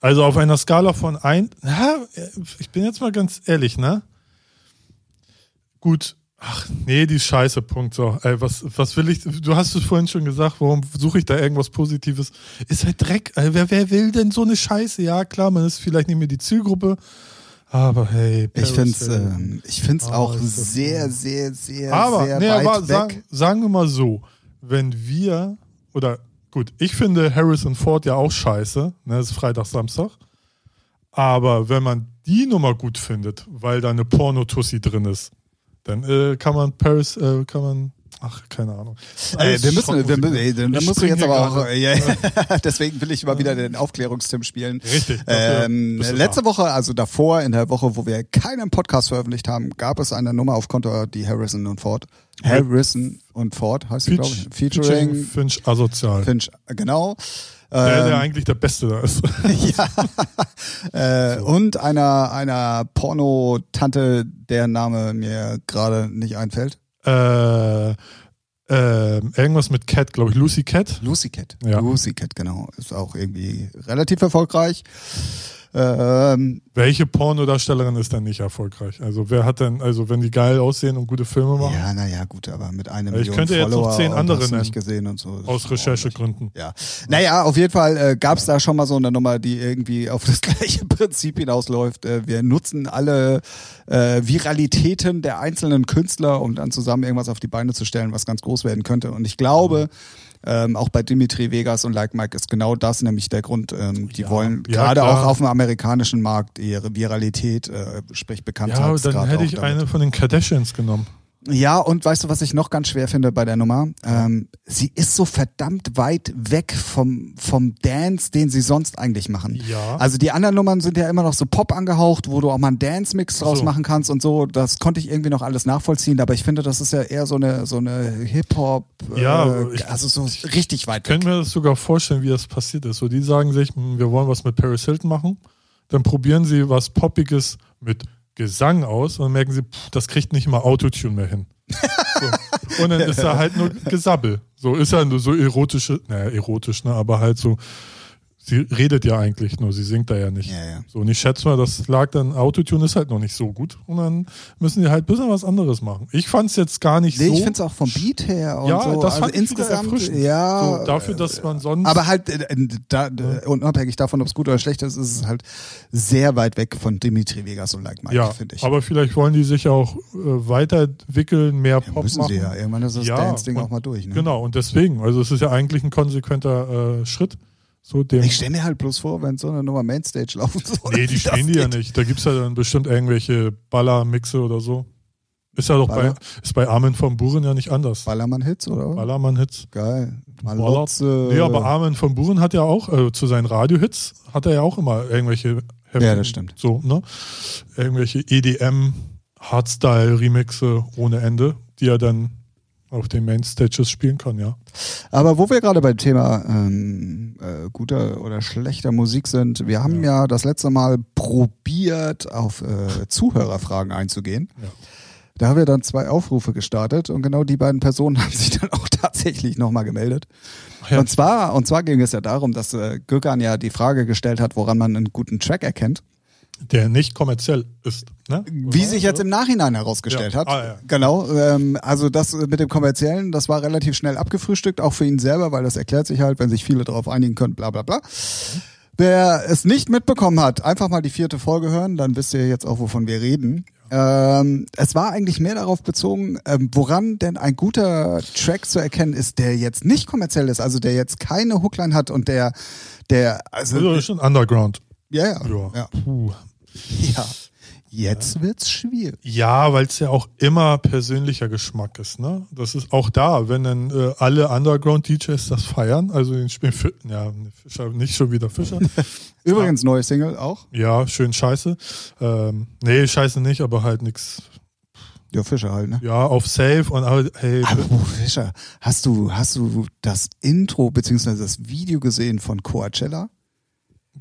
S1: Also auf einer Skala von ein. Ja, ich bin jetzt mal ganz ehrlich, ne? Gut. Ach, nee, die Scheiße, Punkt. So, ey, was, was will ich. Du hast es vorhin schon gesagt, warum suche ich da irgendwas Positives? Ist halt Dreck. Ey, wer, wer will denn so eine Scheiße? Ja, klar, man ist vielleicht nicht mehr die Zielgruppe. Aber hey,
S2: Ich
S1: Paris
S2: finde es
S1: Hilton.
S2: ähm, ich find's
S1: Ah,
S2: auch
S1: ist das
S2: sehr, sehr, sehr,
S1: Aber,
S2: sehr
S1: nee,
S2: weit
S1: aber
S2: weg.
S1: sagen, sagen wir mal so, wenn wir, oder gut, ich finde Harrison Ford ja auch scheiße, ne, das ist Freitag, Samstag. Aber wenn man die Nummer gut findet, weil da eine Pornotussi drin ist, dann äh, kann man Paris, äh, kann man, ach, keine Ahnung.
S2: Ey,
S1: Alles
S2: Äh, wir müssen, wir,
S1: Schrottmusik.
S2: müssen- ey, dann
S1: Ich
S2: dann musst du
S1: spring
S2: jetzt
S1: hier
S2: aber auch,
S1: gerade.
S2: ja, deswegen will ich immer wieder den Aufklärungstim spielen.
S1: Richtig, dafür
S2: Ähm,
S1: bist du
S2: letzte Woche, also davor, in der Woche, wo wir keinen Podcast veröffentlicht haben, gab es eine Nummer auf Konto, die Harrison und Ford. Harrison und Ford heißt sie, glaube ich.
S1: Featuring,
S2: Featuring
S1: Finch Asozial.
S2: Finch, genau.
S1: der, der
S2: Ähm,
S1: eigentlich der Beste da ist.
S2: ja. äh, Und einer, einer Porno-Tante, deren Name mir gerade nicht einfällt.
S1: äh, äh, irgendwas mit Cat, glaube ich. Lucy Cat.
S2: Lucy Cat.
S1: Ja.
S2: Lucy Cat, genau. Ist auch irgendwie relativ erfolgreich. Ähm,
S1: Welche Pornodarstellerin ist denn nicht erfolgreich? Also wer hat denn, also wenn die geil aussehen und gute Filme machen,
S2: ja, naja, gut, aber mit einem
S1: Ich
S2: Million
S1: könnte jetzt noch
S2: Follower
S1: zehn
S2: und
S1: andere
S2: hast du
S1: nennen.
S2: nicht gesehen und so.
S1: aus Recherchegründen.
S2: Ja. Naja, auf jeden Fall äh, gab es da schon mal so eine Nummer, die irgendwie auf das gleiche Prinzip hinausläuft. Äh, wir nutzen alle äh, Viralitäten der einzelnen Künstler, um dann zusammen irgendwas auf die Beine zu stellen, was ganz groß werden könnte. Und ich glaube, ähm, auch bei Dimitri Vegas und Like Mike ist genau das nämlich der Grund. Ähm, die
S1: Ja.
S2: wollen
S1: Ja,
S2: gerade
S1: klar.
S2: auch auf dem amerikanischen Markt ihre Viralität, äh, sprich Bekanntheit.
S1: Ja, dann hätte ich
S2: auch damit.
S1: eine von den Kardashians genommen.
S2: Ja, und weißt du, was ich noch ganz schwer finde bei der Nummer? Ähm, sie ist so verdammt weit weg vom, vom Dance, den sie sonst eigentlich machen.
S1: Ja.
S2: Also die anderen Nummern sind ja immer noch so Pop angehaucht, wo du auch mal einen Dance-Mix draus
S1: So.
S2: machen kannst und so. Das konnte ich irgendwie noch alles nachvollziehen, aber ich finde, das ist ja eher so eine, so eine Hip-Hop,
S1: Ja,
S2: äh,
S1: ich-
S2: also so richtig weit weg.
S1: Können wir das sogar vorstellen, wie das passiert ist? So, die sagen sich, hm, wir wollen was mit Paris Hilton machen, dann probieren sie was Poppiges mit Gesang aus und dann merken sie, pff, das kriegt nicht mal Autotune mehr hin. So. Und dann ist er halt nur Gesabbel. So ist er nur so erotische, naja, erotisch, ne? Aber halt so, sie redet ja eigentlich nur, sie singt da ja nicht.
S2: Ja, ja.
S1: So, und ich schätze mal, das lag dann, Autotune ist halt noch nicht so gut. Und dann müssen die halt ein bisschen was anderes machen. Ich fand es jetzt gar nicht
S2: Nee,
S1: so.
S2: ich finde es auch vom Beat her und
S1: ja,
S2: so.
S1: das
S2: also
S1: fand ich wieder
S2: insgesamt,
S1: erfrischend.
S2: ja. äh,
S1: so, dafür, dass man sonst.
S2: Aber halt, äh, äh, da, äh, unabhängig davon, ob es gut oder schlecht ist, ist es halt sehr weit weg von Dimitri Vegas und Like Mike,
S1: ja,
S2: finde ich.
S1: aber vielleicht wollen die sich ja auch äh, weiterentwickeln, mehr
S2: ja,
S1: Pop
S2: müssen
S1: machen.
S2: sie ja. Irgendwann ist das
S1: Ja,
S2: Dance-Ding
S1: und-
S2: auch mal durch. Ne?
S1: Genau, und deswegen. Also es ist ja eigentlich ein konsequenter äh, Schritt. So dem
S2: Ich stelle mir halt bloß vor, wenn so eine Nummer Mainstage laufen soll.
S1: nee, die
S2: wie das
S1: stehen die ja
S2: geht.
S1: nicht. Da gibt es ja dann bestimmt irgendwelche Ballermixe oder so. Ist ja doch bei,
S2: Baller?
S1: ist bei Armin von Buren ja nicht anders.
S2: Ballermann-Hits, oder? was?
S1: Ballermann-Hits.
S2: Geil. Malotze.
S1: Nee, aber Armin von Buren hat ja auch, äh, zu seinen Radiohits hat er ja auch immer irgendwelche heftigen-
S2: Ja, das stimmt.
S1: So, ne? Irgendwelche E EDM, Hardstyle-Remixe ohne Ende, die er dann auf den Mainstages spielen kann, ja.
S2: Aber wo wir gerade beim Thema ähm, äh, guter oder schlechter Musik sind, wir haben ja, das letzte Mal probiert, auf äh, Zuhörerfragen einzugehen.
S1: Ja.
S2: Da haben wir dann zwei Aufrufe gestartet und genau die beiden Personen haben sich dann auch tatsächlich nochmal gemeldet.
S1: ja.
S2: Und, zwar, und zwar ging es ja darum, dass äh, Gökhan ja die Frage gestellt hat, woran man einen guten Track erkennt.
S1: Der nicht kommerziell ist, ne?
S2: Wie sich jetzt im Nachhinein herausgestellt
S1: Ja.
S2: hat.
S1: Ah, ja.
S2: Genau. Ähm, also das äh, mit dem kommerziellen, das war relativ schnell abgefrühstückt, auch für ihn selber, weil das erklärt sich halt, wenn sich viele darauf einigen können, bla bla bla. Wer es nicht mitbekommen hat, einfach mal die vierte Folge hören, dann wisst ihr jetzt auch, wovon wir reden. Ähm, es war eigentlich mehr darauf bezogen, ähm, woran denn ein guter Track zu erkennen ist, der jetzt nicht kommerziell ist, also der jetzt keine Hookline hat und der, der,
S1: Also
S2: also,
S1: das ist schon Underground.
S2: ja, ja,
S1: Ja,
S2: ja,
S1: Puh.
S2: ja. Jetzt wird's schwierig.
S1: ja weil es ja auch immer persönlicher Geschmack ist, ne? Das ist auch da, wenn dann äh, alle Underground-DJs das feiern, also den spielen, Fi- ja, Fischer, nicht schon wieder Fischer,
S2: Übrigens, neue Single auch.
S1: Ja, schön scheiße. Ähm, nee, scheiße nicht, aber halt nix
S2: Ja, Fischer halt, ne?
S1: Ja, auf Safe und all- hey,
S2: Aber Bo Fischer, hast du, hast du das Intro bzw. das Video gesehen von Coachella,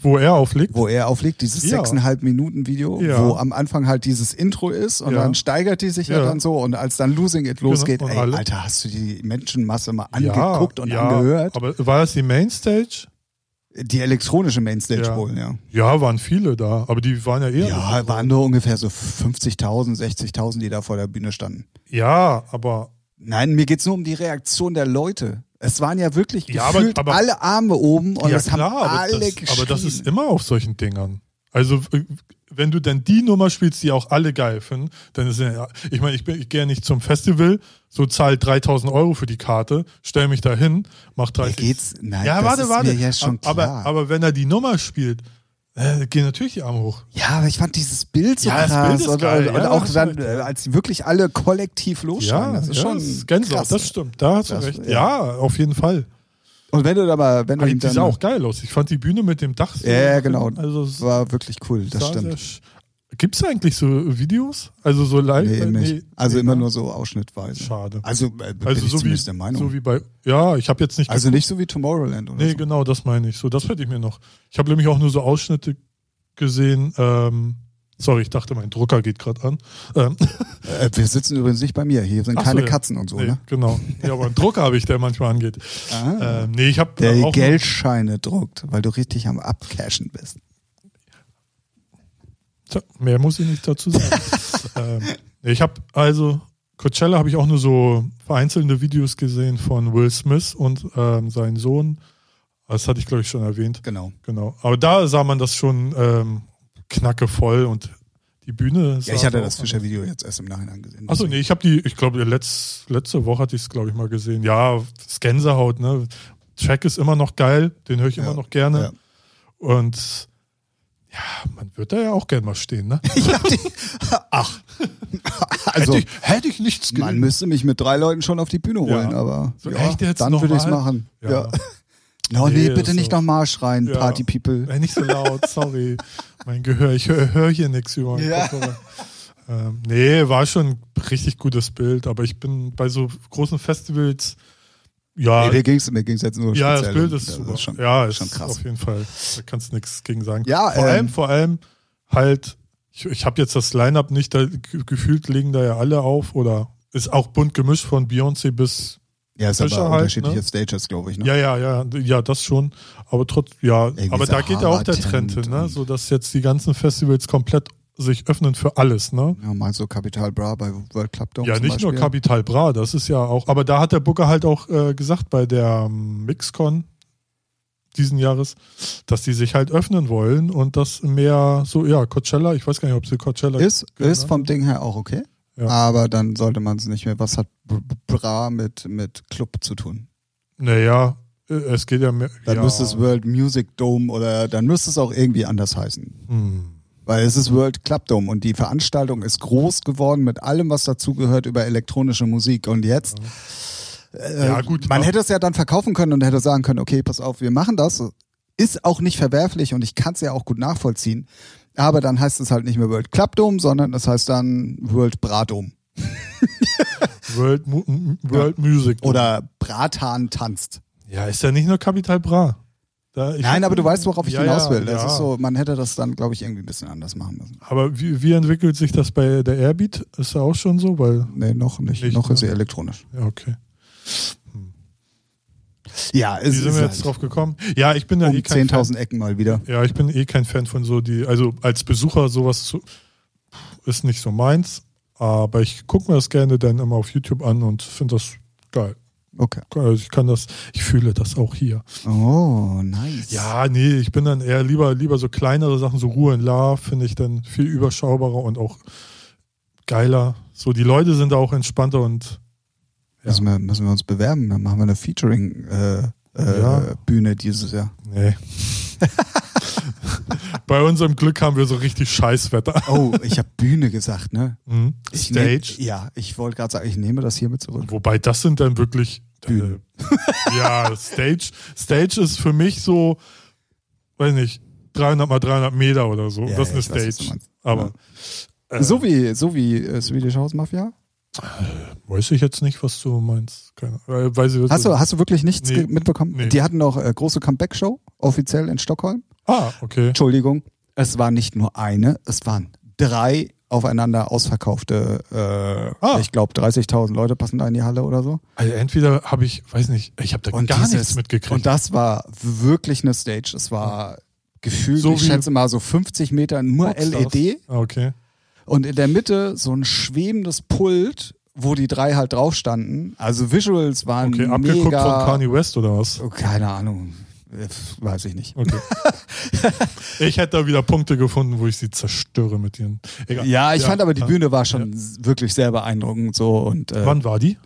S1: wo er aufliegt.
S2: wo er auflegt, dieses
S1: Ja.
S2: sechseinhalb Minuten Video,
S1: Ja.
S2: wo am Anfang halt dieses Intro ist und
S1: Ja.
S2: dann steigert die sich ja.
S1: Ja. Genau.
S2: dann so und als dann Losing It losgeht,
S1: und
S2: ey,
S1: alle-
S2: Alter, hast du die Menschenmasse mal angeguckt und angehört?
S1: Aber war das die Mainstage?
S2: Die elektronische Mainstage
S1: Ja.
S2: wohl, ja.
S1: Ja, waren viele da, aber die waren ja eher.
S2: Ja, waren nur ungefähr so 50.000, 60.000, die da vor der Bühne standen.
S1: ja aber
S2: Nein, mir geht's nur um die Reaktion der Leute. Es waren ja wirklich
S1: Ja, aber-
S2: gefühlt
S1: aber-
S2: alle Arme oben und
S1: ja,
S2: es
S1: klar,
S2: haben
S1: aber,
S2: alle
S1: das, aber das ist
S2: geschrien.
S1: immer auf solchen Dingern. Also, äh, wenn du dann die Nummer spielst, die auch alle geil finden, dann ist ja, ich meine, ich, bin- ich gehe ja nicht zum Festival, so zahl 3000 Euro für die Karte, stell mich da hin, mach 30.
S2: Mir geht's, nein,
S1: ja,
S2: das
S1: warte,
S2: ist
S1: warte.
S2: mir ja schon klar.
S1: aber, aber wenn er die Nummer spielt, äh, gehen natürlich die Arme hoch.
S2: ja, aber ich fand dieses Bild so
S1: Ja, das
S2: krass.
S1: Bild ist
S2: und,
S1: geil.
S2: und
S1: Ja,
S2: auch
S1: das
S2: dann,
S1: ist-
S2: äh, als die wirklich alle kollektiv losschreien,
S1: Ja,
S2: das ist
S1: ja,
S2: schon
S1: das ist Gänsehaut,
S2: krass.
S1: das stimmt, da hast
S2: Das-
S1: du recht.
S2: ja.
S1: Ja. auf jeden Fall.
S2: Und wenn du da mal, wenn du
S1: Aber
S2: ihm
S1: die
S2: dann,
S1: sah auch geil aus. Ich fand die Bühne mit dem Dach so.
S2: Ja, ja, genau.
S1: Also, es
S2: war wirklich cool, das
S1: sah sehr
S2: stimmt.
S1: sch- Gibt's eigentlich so Videos? Also so live?
S2: Nee, eben nicht. Also
S1: nee,
S2: immer
S1: ne?
S2: nur so ausschnittweise.
S1: Schade.
S2: Also, äh, bin
S1: Also
S2: ich
S1: so wie,
S2: zumindest der Meinung.
S1: so wie bei. Ja, ich habe jetzt nicht.
S2: also nicht so wie Tomorrowland oder
S1: nee,
S2: so.
S1: genau, das meine ich. So, das hätte ich mir noch. Ich habe nämlich auch nur so Ausschnitte gesehen. Ähm, sorry, ich dachte, mein Drucker geht gerade an. Ähm,
S2: Äh, wir sitzen übrigens nicht bei mir. Hier sind
S1: Ach so,
S2: keine
S1: ja.
S2: Katzen und so,
S1: nee,
S2: ne?
S1: genau. Ja, aber einen Drucker habe ich, der manchmal angeht.
S2: Ah.
S1: Ähm, nee, ich habe
S2: der die
S1: auch.
S2: Geldscheine druckt, weil du richtig am Abcashen bist.
S1: Tja, mehr muss ich nicht dazu sagen. ähm, ich habe also Coachella habe ich auch nur so vereinzelte Videos gesehen von Will Smith und ähm, seinen Sohn. Das hatte ich glaube ich schon erwähnt.
S2: Genau.
S1: Genau. Aber da sah man das schon ähm, knackevoll und die Bühne.
S2: Ja, ich hatte das Fischer-Video jetzt erst im Nachhinein gesehen.
S1: Achso, nee, ich habe die, ich glaube, letzt, letzte Woche hatte ich es, glaube ich, mal gesehen. Ja, das Gänsehaut, ne? Track ist immer noch geil, den höre ich
S2: Ja,
S1: immer noch gerne.
S2: ja.
S1: Und ja, man wird da ja auch gern mal stehen, ne?
S2: Ach. Also,
S1: hätte, ich, hätte ich nichts
S2: man
S1: gemacht.
S2: müsste mich mit drei Leuten schon auf die Bühne holen,
S1: Ja.
S2: aber
S1: So,
S2: ja,
S1: echt jetzt
S2: dann würde ich es
S1: nochmal?
S2: machen. Ja.
S1: Ja.
S2: No,
S1: Nee,
S2: nee, bitte
S1: ist
S2: nicht
S1: so.
S2: nochmal schreien,
S1: Ja.
S2: Party People.
S1: Äh, Nicht so laut, sorry. mein Gehör, ich höre hör hier nichts über. meinen
S2: Ja.
S1: Kopfhörer. Ähm, nee, war schon ein richtig gutes Bild, aber ich bin bei so großen Festivals, ja,
S2: Nee, mir ging es mir ging's jetzt nur
S1: ja, das
S2: speziell um-
S1: Bild ist super.
S2: schon,
S1: ja, ist
S2: schon krass.
S1: Auf jeden Fall. Da kannst du nichts gegen sagen.
S2: Ja,
S1: vor
S2: ähm,
S1: allem, vor allem halt, ich, ich habe jetzt das Line-Up nicht, da, ge- gefühlt legen da ja alle auf oder ist auch bunt gemischt von Beyoncé bis.
S2: Ja, ist
S1: Fischer
S2: aber
S1: halt,
S2: unterschiedliche
S1: ne?
S2: Stages, glaube ich. Ne?
S1: Ja, ja, ja, ja, das schon. Aber trotz, ja,
S2: Irgendwie
S1: aber da
S2: Sahara
S1: geht ja auch der Trend
S2: Tent
S1: hin, ne?
S2: und-
S1: So dass jetzt die ganzen Festivals komplett sich öffnen für alles, ne?
S2: Ja, mal so Capital Bra bei World Club Dome
S1: Ja,
S2: zum
S1: nicht nur
S2: Beispiel.
S1: Capital Bra, das ist ja auch, aber da hat der Booker halt auch äh, gesagt bei der ähm, Mixcon diesen Jahres, dass die sich halt öffnen wollen und das mehr so, ja, Coachella, ich weiß gar nicht, ob sie Coachella
S2: Ist,
S1: Genau.
S2: ist vom Ding her auch okay.
S1: Ja.
S2: Aber dann sollte man es nicht mehr. Was hat B- B- Bra mit, mit Club zu tun?
S1: Naja, äh, es geht ja mehr.
S2: Dann
S1: ja,
S2: müsste es World Music Dome oder dann müsste es auch irgendwie anders heißen.
S1: hm,
S2: Weil es ist World Club Dome und die Veranstaltung ist groß geworden mit allem, was dazugehört über elektronische Musik. Und jetzt, äh,
S1: Ja, gut,
S2: man
S1: aber-
S2: hätte es ja dann verkaufen können und hätte sagen können, okay, pass auf, wir machen das. Ist auch nicht verwerflich und ich kann es ja auch gut nachvollziehen. Aber dann heißt es halt nicht mehr World Club Dome, sondern es heißt dann World Bra Dome.
S1: World, Mu- M- World Music.
S2: Oder Bratan tanzt.
S1: Ja, ist ja nicht nur Capital Bra. Da, ich-
S2: Nein, aber du weißt, worauf ich
S1: Ja,
S2: hinaus
S1: ja,
S2: will. Das
S1: ja.
S2: ist so, man hätte das dann, glaube ich, irgendwie ein bisschen anders machen müssen.
S1: Aber wie, wie entwickelt sich das bei der Airbeat? Ist ja auch schon so, weil.
S2: Nee, noch nicht.
S1: Nicht,
S2: noch
S1: ne?
S2: ist sie elektronisch.
S1: Ja, okay.
S2: Ja,
S1: Wie
S2: es
S1: sind
S2: ist
S1: wir jetzt
S2: halt
S1: drauf gekommen? Ja, ich bin ja
S2: um
S1: eh kein Fan
S2: 10.000 Ecken mal wieder.
S1: Ja, ich bin eh kein Fan von so die, also als Besucher sowas zu, ist nicht so meins, aber ich gucke mir das gerne dann immer auf YouTube an und finde das geil.
S2: Okay.
S1: Also ich kann das, ich fühle das auch hier.
S2: Oh, nice.
S1: Ja, nee, ich bin dann eher lieber, lieber so kleinere Sachen, so Ruhe in La, finde ich dann viel überschaubarer und auch geiler. So, die Leute sind da auch entspannter und
S2: Müssen, wir, müssen wir uns bewerben, dann machen wir eine Featuring-Bühne äh, äh,
S1: Ja.
S2: Bühne dieses Jahr.
S1: nee. Bei unserem Glück haben wir so richtig Scheißwetter.
S2: Oh, ich habe Bühne gesagt, ne?
S1: Hm?
S2: Ich
S1: Stage.
S2: Nehm, ja, ich wollte gerade sagen, ich nehme das hier mit zurück.
S1: Wobei das sind dann wirklich
S2: Bühnen.
S1: Äh, ja, Stage. Stage ist für mich so, weiß nicht, 300 mal 300 Meter oder so.
S2: Ja,
S1: Oh, das
S2: ja,
S1: ist
S2: ich weiß,
S1: eine
S2: was du
S1: Stage.
S2: meinst.
S1: Aber
S2: So wie, so wie äh, Swedish House Mafia?
S1: Weiß ich jetzt nicht, was du meinst. Keine, äh, weiß ich, was
S2: Hast du, hast du wirklich nichts
S1: Nee.
S2: ge- mitbekommen?
S1: Nee.
S2: Die hatten noch äh, große Comeback-Show, offiziell in Stockholm.
S1: Ah, okay.
S2: Entschuldigung, es war nicht nur eine, es waren drei aufeinander ausverkaufte, äh,
S1: Ah.
S2: ich glaube 30.000 Leute passen da in die Halle oder so.
S1: Also entweder habe ich, weiß nicht, ich habe da gar
S2: dieses-
S1: nichts mitgekriegt.
S2: Und das war wirklich eine Stage. Es war gefühlt,
S1: So
S2: ich
S1: wie-
S2: schätze mal so 50 Meter nur E
S1: Rockstars.
S2: LED.
S1: Ah, okay.
S2: Und in der Mitte so ein schwebendes Pult, wo die drei halt drauf standen. Also Visuals waren
S1: Okay, abgeguckt
S2: mega...
S1: von Kanye West oder was?
S2: Oh, keine Ahnung. Äh, Weiß ich nicht.
S1: Okay. ich hätte da wieder Punkte gefunden, wo ich sie zerstöre mit ihren. Egal.
S2: Ja, ich fand aber, die
S1: ja.
S2: Bühne war schon wirklich sehr beeindruckend. So und äh,
S1: Wann war die?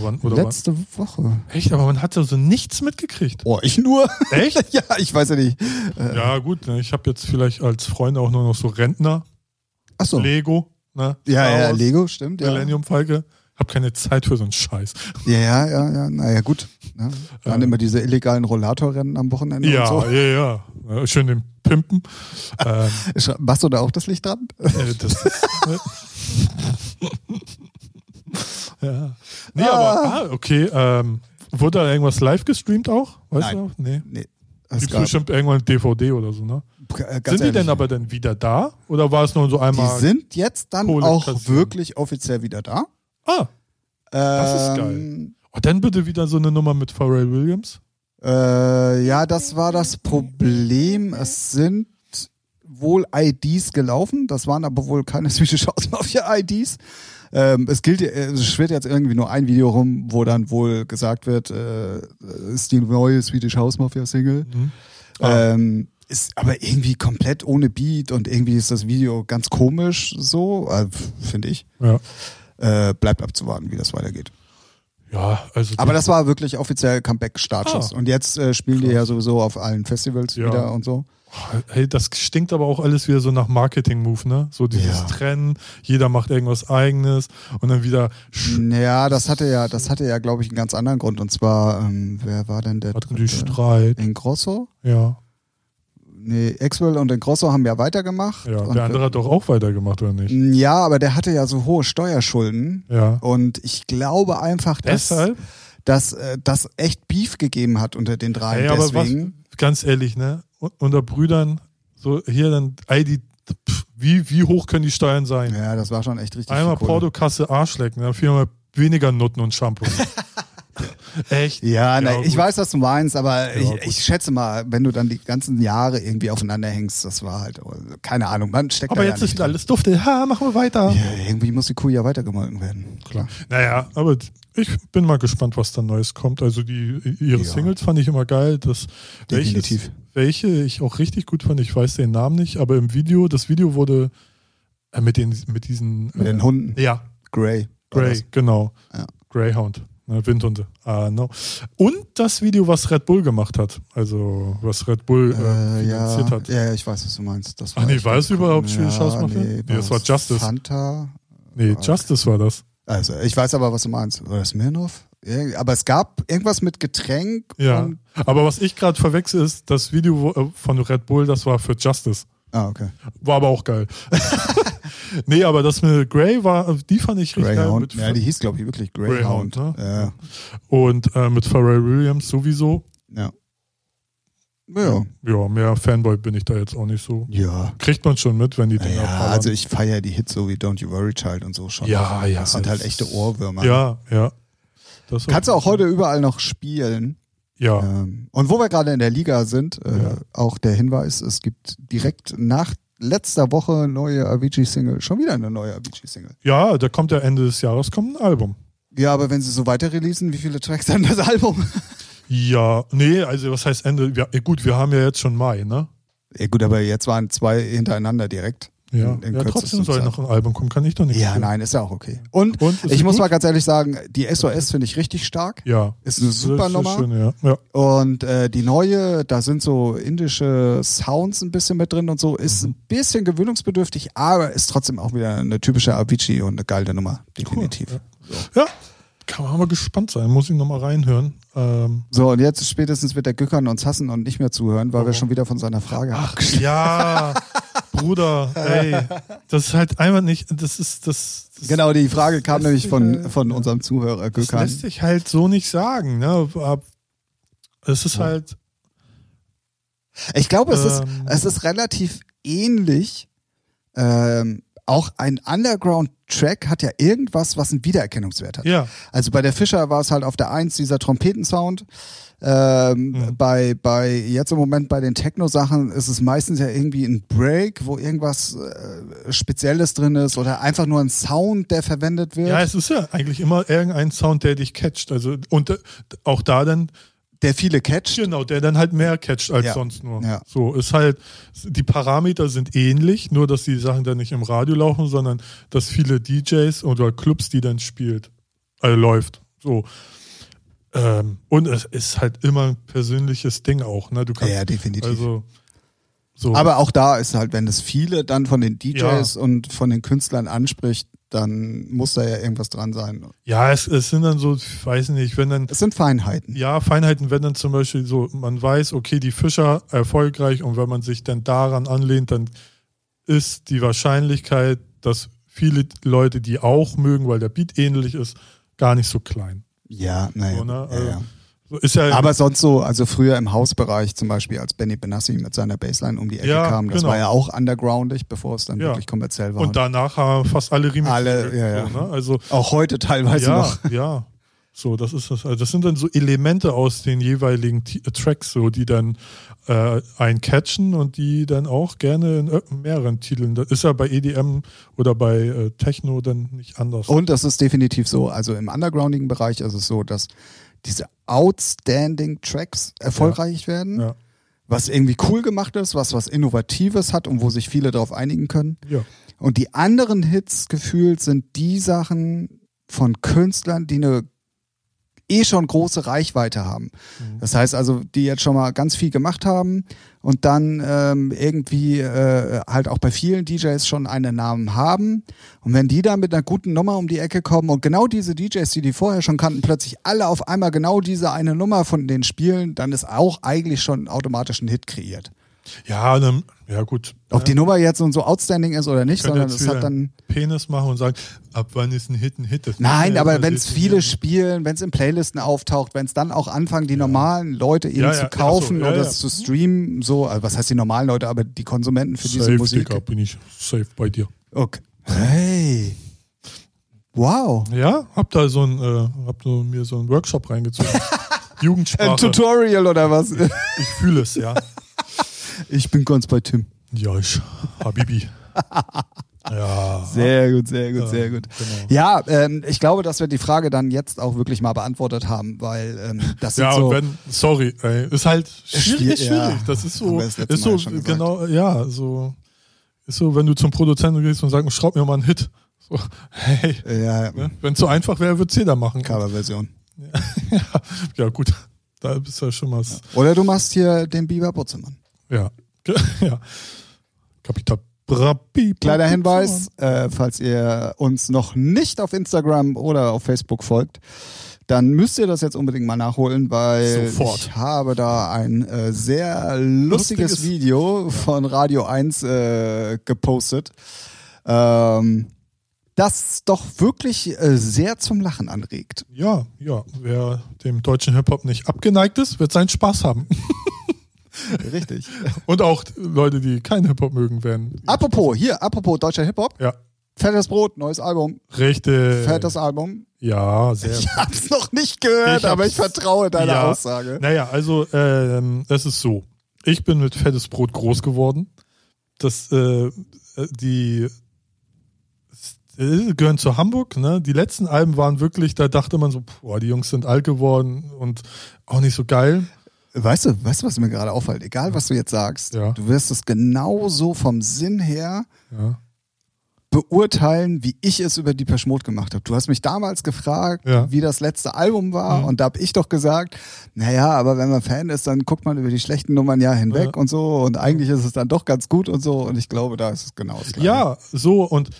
S1: Wann, oder wann?
S2: letzte Woche.
S1: Echt, aber man hat da so nichts mitgekriegt.
S2: Oh, ich nur?
S1: Echt?
S2: ja, ich weiß ja nicht.
S1: ja, gut, ne? ich habe jetzt vielleicht als Freund auch nur noch so Rentner,
S2: Achso.
S1: Lego, ne?
S2: Oh. Ja,
S1: Star
S2: ja,
S1: Wars,
S2: Lego, stimmt. Ja, ja,
S1: Millennium Falke. Hab keine Zeit für so einen Scheiß.
S2: ja, ja, ja. Naja, gut. Ne? Dann
S1: Äh.
S2: immer diese illegalen Rollatorrennen am Wochenende
S1: Ja,
S2: und so.
S1: ja, ja, ja. Schön den Pimpen. ähm,
S2: Sch- Machst du da auch das Licht dran?
S1: Äh, das ist, ne? ja. Nee, aber ah, okay. Ähm, wurde da irgendwas live gestreamt auch? Weißt
S2: Nein.
S1: du noch? Nee.
S2: Nee. es
S1: Gibt
S2: gab-
S1: bestimmt irgendwann DVD oder so, ne?
S2: G- äh,
S1: sind
S2: ganz
S1: die
S2: ehrlich,
S1: denn aber dann wieder da? Oder war es nur so einmal.
S2: Die sind jetzt dann
S1: Kohle
S2: auch
S1: kassieren.
S2: wirklich offiziell wieder da.
S1: ah, Das ist
S2: Ähm,
S1: oh, dann bitte wieder so eine Nummer mit Pharrell Williams.
S2: Äh, ja, das war das Problem. Es sind wohl IDs gelaufen. Das waren aber wohl keine Swedish House Mafia IDs. Ähm, es gilt, äh, es schwirrt jetzt irgendwie nur ein Video rum, wo dann wohl gesagt wird, äh, ist die neue Swedish House Mafia Single.
S1: Ah.
S2: Ähm, ist aber irgendwie komplett ohne Beat und irgendwie ist das Video ganz komisch so, äh, finde ich.
S1: Ja.
S2: Äh, bleibt abzuwarten, wie das weitergeht.
S1: Ja, also.
S2: Aber das war wirklich offiziell Comeback-Startschuss.
S1: Ah.
S2: Und jetzt äh, spielen die ja sowieso auf allen Festivals
S1: Ja.
S2: wieder und so.
S1: Hey, das stinkt aber auch alles wieder so nach Marketing-Move, ne? So dieses
S2: Ja.
S1: Trennen, jeder macht irgendwas Eigenes und dann wieder. Sch
S2: Ja, das hatte ja, das hatte ja, glaube ich, einen ganz anderen Grund. Und zwar, ähm, wer war denn der?
S1: hatten die Streit.
S2: Ingrosso?
S1: Ja.
S2: Nee, Exwell und Ingrosso haben ja weitergemacht.
S1: Ja,
S2: und äh,
S1: der andere hat doch auch weitergemacht, oder nicht?
S2: ja, aber der hatte ja so hohe Steuerschulden.
S1: Ja.
S2: Mm. Und ich glaube einfach, dass,
S1: Deshalb?
S2: dass äh, das echt Beef gegeben hat unter den dreien.
S1: Ey, aber was,
S2: Deswegen.
S1: ganz ehrlich, ne? Un- Unter Brüdern, so hier dann, ey, die, pff, wie, wie hoch können die Steuern sein?
S2: ja, das war schon echt richtig.
S1: Einmal
S2: viel Kohle.
S1: Portokasse Arschlecken, dann viermal weniger Nutten und Shampoo. Echt?
S2: Ja, nein, ich
S1: gut.
S2: weiß, was du meinst, aber
S1: Ja,
S2: ich, ich schätze mal, wenn du dann die ganzen Jahre irgendwie aufeinander hängst, das war halt, also, keine Ahnung, man steckt
S1: Aber
S2: da
S1: jetzt
S2: ja
S1: ist
S2: nicht
S1: wieder alles dufte. Ha, machen wir weiter.
S2: drin. ja, Irgendwie muss die Kuh ja weitergemolken werden. Klar.
S1: Naja, aber ich bin mal gespannt, was da Neues kommt. Also die ihre
S2: Ja.
S1: Singles fand ich immer geil. Das,
S2: Definitiv.
S1: Welches, welche ich auch richtig gut fand, ich weiß den Namen nicht, aber im Video, das Video wurde äh, mit, den, mit diesen...
S2: Mit den
S1: äh,
S2: Hunden.
S1: Ja,
S2: Grey. war
S1: Grey,
S2: das.
S1: genau.
S2: Ja.
S1: Greyhound, ne, Windhunde. Ah, no. Und das Video, was Red Bull gemacht hat. Also, was Red Bull äh,
S2: Äh,
S1: finanziert
S2: ja,
S1: hat.
S2: ja, ja, ich weiß, was du meinst. Das
S1: Ach nee,
S2: echt
S1: war es
S2: ganz cool.
S1: überhaupt Swedish House Mafia? Nee,
S2: war
S1: das war
S2: es
S1: Justice.
S2: Fanta.
S1: Nee, Justice war das.
S2: Also, ich weiß aber, was du meinst. Oder Smirnoff? Irgendwie- Aber es gab irgendwas mit Getränk
S1: Ja.
S2: und.
S1: Aber was ich gerade verwechsel ist, das Video wo- äh, von Red Bull, das war für Justice.
S2: Ah, okay.
S1: War aber auch geil. nee, aber das mit Grey war, äh, die fand ich richtig
S2: Greyhound. Ja,
S1: geil.
S2: die
S1: Mit,
S2: hieß, glaube ich, wirklich Greyhound.
S1: Greyhound,
S2: ne?
S1: und äh, mit Pharrell Williams sowieso.
S2: Ja. Ja. ja.
S1: Ja, mehr Fanboy bin ich da jetzt auch nicht so.
S2: Ja.
S1: Kriegt man schon mit, wenn die Dinger
S2: Ja,
S1: powern.
S2: also ich feiere die Hits so wie Don't You Worry Child und so schon.
S1: Ja, ja.
S2: Das sind halt echte Ohrwürmer.
S1: Ja, ja. Das
S2: Kannst du auch heute überall noch spielen.
S1: Ja.
S2: Ähm, Und wo wir gerade in der Liga sind, äh,
S1: Ja.
S2: auch der Hinweis, es gibt direkt nach letzter Woche neue Avicii-Single. Schon wieder eine neue Avicii-Single.
S1: ja, da kommt ja Ende des Jahres kommt ein Album.
S2: Ja, aber wenn sie so weiter releasen, wie viele Tracks dann das Album?
S1: Ja, nee, also was heißt Ende? Ja, gut, wir haben ja jetzt schon Mai, ne?
S2: Ja gut, aber jetzt waren zwei hintereinander direkt.
S1: Ja,
S2: In- in
S1: ja
S2: kürzester
S1: trotzdem soll
S2: Zeit.
S1: noch ein Album kommen, kann ich doch nicht.
S2: Ja, nein, ist ja auch okay. Und,
S1: Und, ist
S2: ich
S1: sie
S2: muss
S1: gut?
S2: mal ganz ehrlich sagen, die SOS finde ich richtig stark.
S1: Ja.
S2: Ist eine super
S1: Das ist
S2: Nummer.
S1: Schön, ja. Ja.
S2: Und äh, die neue, da sind so indische Sounds ein bisschen mit drin und so, ist
S1: Mhm.
S2: ein bisschen gewöhnungsbedürftig, aber ist trotzdem auch wieder eine typische Avicii und eine geile Nummer, definitiv.
S1: ja, kann man mal gespannt sein, muss ich nochmal reinhören. Ähm,
S2: So, und jetzt spätestens wird der Göckern uns hassen und nicht mehr zuhören, weil wir
S1: Warum?
S2: schon wieder von seiner Frage
S1: ach ja, Bruder, ey, das ist halt einfach nicht, das ist, das, das
S2: Genau, die Frage kam
S1: lässt
S2: nämlich
S1: sich
S2: von,
S1: halt-
S2: von unserem Zuhörer
S1: Das
S2: Gökhan.
S1: lässt sich halt so nicht sagen. Ne? Ab- Es ist halt.
S2: Ich glaube, es, ist,
S1: Ähm.
S2: es ist relativ ähnlich. Ähm, auch ein Underground-Track hat ja irgendwas, was einen Wiedererkennungswert hat.
S1: Ja,
S2: Also bei der Fischer war es halt auf der Eins dieser Trompetensound. Ähm,
S1: Mhm.
S2: bei, bei jetzt im Moment bei den Techno-Sachen ist es meistens ja irgendwie ein Break, wo irgendwas äh, Spezielles drin ist oder einfach nur ein Sound, der verwendet wird,
S1: ja, es ist ja eigentlich immer irgendein Sound, der dich catcht. Also, und äh, auch da dann,
S2: der viele catcht.
S1: genau, der dann halt mehr catcht als
S2: Ja.
S1: sonst nur.
S2: Ja.
S1: So, ist halt, die Parameter sind ähnlich, nur dass die Sachen dann nicht im Radio laufen, sondern dass viele DJs oder Clubs, die dann spielt, äh, läuft. So. Ähm, und es ist halt immer ein persönliches Ding auch, ne? Du kannst
S2: Ja, definitiv.
S1: also so.
S2: Aber auch da ist halt, wenn es viele dann von den DJs
S1: Ja.
S2: und von den Künstlern anspricht, dann muss da ja irgendwas dran sein.
S1: Ja, es, es sind dann so, ich weiß nicht, wenn dann,
S2: Es sind Feinheiten.
S1: ja, Feinheiten, wenn dann zum Beispiel so, man weiß, okay, die Fischer erfolgreich und wenn man sich dann daran anlehnt, dann ist die Wahrscheinlichkeit, dass viele Leute die auch mögen, weil der Beat ähnlich ist, gar nicht so klein.
S2: Ja, naja.
S1: So, ne?
S2: ja, ja.
S1: So ist ja,
S2: Aber sonst so, also früher im Hausbereich zum Beispiel, als Benny Benassi mit seiner Bassline um die Ecke
S1: Ja,
S2: kam, das
S1: genau.
S2: war ja auch undergroundig, bevor es dann
S1: Ja.
S2: wirklich kommerziell war.
S1: und danach haben fast alle Remixes.
S2: Alle,
S1: gekriegt,
S2: ja, ja.
S1: So, ne? Also
S2: auch heute teilweise
S1: ja,
S2: noch.
S1: Ja, so, das ist das. Also das sind dann so Elemente aus den jeweiligen T äh, Tracks, so, die dann äh, eincatchen und die dann auch gerne in ir- mehreren Titeln. Das ist ja bei EDM oder bei äh, Techno dann nicht anders.
S2: Und das ist definitiv so. Also im undergroundigen Bereich ist es so, dass diese outstanding Tracks erfolgreich werden,
S1: Ja.
S2: was irgendwie cool gemacht ist, was was Innovatives hat und wo sich viele darauf einigen können.
S1: Ja.
S2: Und die anderen Hits gefühlt sind die Sachen von Künstlern, die eine eh schon große Reichweite haben.
S1: Mhm.
S2: Das heißt also, die jetzt schon mal ganz viel gemacht haben und dann ähm, irgendwie äh, halt auch bei vielen DJs schon einen Namen haben. Und wenn die dann mit einer guten Nummer um die Ecke kommen und genau diese DJs, die die vorher schon kannten, plötzlich alle auf einmal genau diese eine Nummer von denen spielen, dann ist auch eigentlich schon automatisch ein Hit kreiert.
S1: Ja, dann, ja gut.
S2: Ob die Nummer jetzt nun so outstanding ist oder nicht,
S1: Können
S2: sondern
S1: jetzt
S2: es hat
S1: wieder
S2: dann
S1: Penis machen und sagen, ab wann ist ein Hit ein Hit? Das
S2: Nein,
S1: müssen wir
S2: aber
S1: jetzt mal
S2: wenn es
S1: definieren,
S2: viele
S1: ne?
S2: spielen, wenn es in Playlisten auftaucht, wenn es dann auch anfangen, die normalen Leute eben
S1: Ja, ja,
S2: zu
S1: ach so,
S2: kaufen
S1: ja,
S2: oder
S1: ja.
S2: es zu streamen, so, also was heißt die normalen Leute, aber die Konsumenten für diese
S1: safe,
S2: Musik.
S1: Digga, bin ich safe bei dir.
S2: Okay. Hey. Wow.
S1: Ja, hab da so ein, äh, hab so, mir so einen Workshop reingezogen.
S2: Ein
S1: Jugendsprache.
S2: Tutorial oder was?
S1: Ich fühle es, ja.
S2: Ich bin ganz bei Tim.
S1: Ja, ich, Habibi. ja.
S2: Sehr gut, sehr gut, sehr gut.
S1: genau.
S2: Ja, ähm, ich glaube, dass wir die Frage dann jetzt auch wirklich mal beantwortet haben, weil ähm, das sind
S1: Ja,
S2: so.
S1: und wenn, sorry, ey, ist halt schwierig, ist
S2: Schwier- ja,
S1: schwierig. das ist
S2: haben
S1: so,
S2: wir das letzte
S1: ist
S2: Mal
S1: so,
S2: ja schon gesagt.
S1: genau, ja, so, ist so, wenn du zum Produzenten gehst und sagst, "Oh, schraub mir mal einen Hit. So, hey,
S2: ja, ja,
S1: ne? wenn es so einfach wäre, würde es jeder machen.
S2: Coverversion.
S1: Ja, gut, da bist du ja schon mal, s-
S2: Oder du machst hier den Biber Butzemann.
S1: ja, ja. Kapital Brabi.
S2: Kleiner Hinweis, äh, falls ihr uns noch nicht auf Instagram oder auf Facebook folgt, dann müsst ihr das jetzt unbedingt mal nachholen, weil
S1: Sofort.
S2: ich habe da ein äh, sehr lustiges,
S1: Lustiges-
S2: Video von Radio 1 äh, gepostet, ähm, das doch wirklich äh, sehr zum Lachen anregt.
S1: Ja, ja, wer dem deutschen Hip-Hop nicht abgeneigt ist, wird seinen Spaß haben.
S2: Richtig.
S1: Und auch Leute, die keinen Hip-Hop mögen, werden.
S2: apropos, hier, apropos deutscher Hip-Hop,
S1: Ja,
S2: fettes Brot, neues Album,
S1: richtig.
S2: fettes Album.
S1: Äh. Ja, sehr.
S2: Ich hab's noch nicht gehört,
S1: Ich
S2: aber
S1: hab's-
S2: ich vertraue deiner
S1: Ja.
S2: Aussage.
S1: Naja, also ähm, es ist so. Ich bin mit fettes Brot groß geworden. Das äh, die äh, gehören zu Hamburg. Ne? Die letzten Alben waren wirklich, da dachte man so, boah, die Jungs sind alt geworden und auch nicht so geil.
S2: Weißt du, weißt du, was mir gerade auffällt? Egal, was du jetzt sagst,
S1: Ja.
S2: du wirst es genauso vom Sinn her
S1: Ja.
S2: beurteilen, wie ich es über die Peschmod gemacht habe. Du hast mich damals gefragt,
S1: Ja. Mhm.
S2: wie das letzte Album war und da habe ich doch gesagt, naja, aber wenn man Fan ist, dann guckt man über die schlechten Nummern ja hinweg und so und eigentlich ist es dann doch ganz gut und so und ich glaube, da ist es genau das Gleiche.
S1: Ja, so und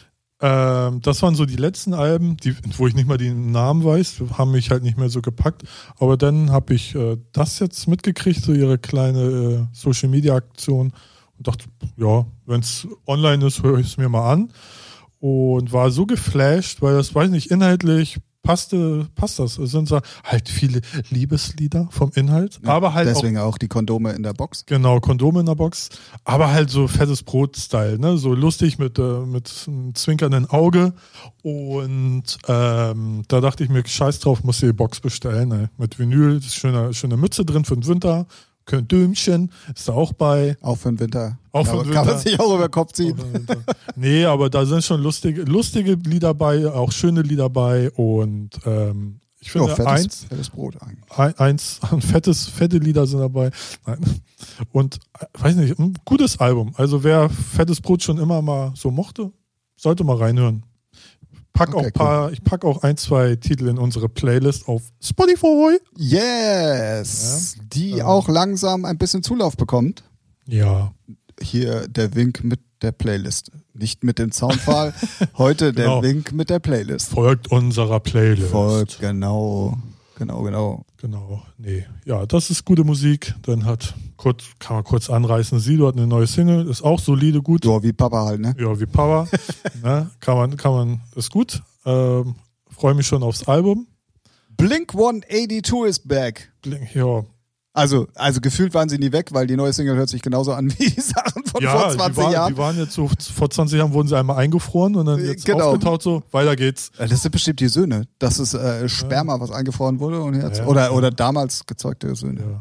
S1: ähm, das waren so die letzten Alben, die, wo ich nicht mal den Namen weiß, haben mich halt nicht mehr so gepackt. Aber dann habe ich äh, das jetzt mitgekriegt, so ihre kleine äh, Social Media Aktion. Und dachte, ja, wenn es online ist, höre ich es mir mal an. Und war so geflasht, weil das, weiß nicht, inhaltlich passte, passt das. Es sind so halt viele Liebeslieder vom Inhalt, aber halt auch
S2: Deswegen auch die Kondome in der Box.
S1: Genau, Kondome in der Box. Aber halt so fettes Brot-Style, ne? So lustig mit, äh, mit einem zwinkernden Auge. Und ähm, da dachte ich mir, scheiß drauf, muss die Box bestellen. Ey. Mit Vinyl, ist schöne, schöne Mütze drin für den Winter. Dömchen ist da auch bei.
S2: Auch für den Winter.
S1: Auch für
S2: kann,
S1: den
S2: kann man
S1: Winter.
S2: sich auch über den Kopf ziehen.
S1: nee, aber da sind schon lustige, lustige Lieder bei, auch schöne Lieder bei. Und ähm, ich finde, eins,
S2: fettes Brot eigentlich.
S1: Ein- eins, ein fettes, fette Lieder sind dabei. Nein. Und äh, weiß nicht, ein gutes Album. Also wer fettes Brot schon immer mal so mochte, sollte mal reinhören. Pack
S2: Okay,
S1: auch paar, ich pack auch ein, zwei Titel in unsere Playlist auf Spotify.
S2: Yes! Die
S1: Ähm.
S2: auch langsam ein bisschen Zulauf bekommt.
S1: Ja.
S2: Hier der Wink mit der Playlist. Nicht mit dem Soundfall. Heute der
S1: Genau.
S2: Wink mit der Playlist.
S1: Folgt unserer Playlist.
S2: Folgt, genau. Genau, genau.
S1: Genau. Nee. Ja, das ist gute Musik. Dann hat kurz, kann man kurz anreißen, Sido hat eine neue Single, ist auch solide, gut.
S2: So wie Papa halt, ne?
S1: ja, wie Power. ne? Kann man, kann man, ist gut. Ähm, Freue mich schon aufs Album.
S2: Blink 182 is back.
S1: Blink, ja,
S2: Also, also gefühlt waren sie nie weg, weil die neue Single hört sich genauso an wie die Sachen von
S1: ja
S2: vor
S1: die,
S2: 20
S1: waren,
S2: Jahren.
S1: die waren jetzt so, vor 20 Jahren wurden sie einmal eingefroren und dann
S2: Äh,
S1: jetzt
S2: genau.
S1: aufgetaut, so, weiter geht's.
S2: Äh, Das sind bestimmt die Söhne. Das ist äh, Sperma, was eingefroren wurde und jetzt,
S1: Ja.
S2: oder, oder damals gezeugte Söhne.
S1: Ja,
S2: Mhm.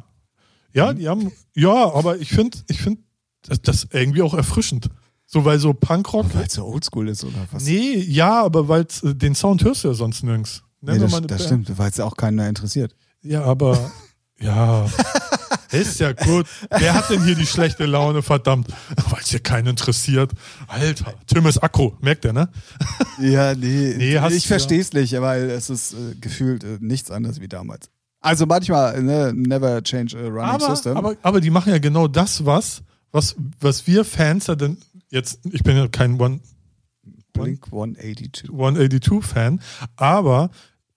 S1: ja die haben, ja, aber ich finde, ich finde das, das irgendwie auch erfrischend. So, weil so Punkrock,
S2: Weil es so oldschool ist oder was?
S1: nee, ja, aber weil den Sound hörst du ja sonst nirgends. Nenn
S2: Nee,
S1: mir
S2: das,
S1: mal eine
S2: das
S1: Band.
S2: stimmt, weil es auch keiner interessiert.
S1: Ja, aber, ja. Ist ja gut. Wer hat denn hier die schlechte Laune, verdammt? Weil es hier keinen interessiert. Alter, Tim ist Akku, merkt er, ne?
S2: Ja, nee.
S1: Nee, hast-
S2: ich verstehe es nicht, weil es ist äh, gefühlt äh, nichts anderes wie damals. Also manchmal, ne, never change a running
S1: aber,
S2: system.
S1: Aber, aber die machen ja genau das, was, was, was wir Fans ja denn jetzt, ich bin ja kein One-
S2: Blink 182.
S1: 182-Fan, aber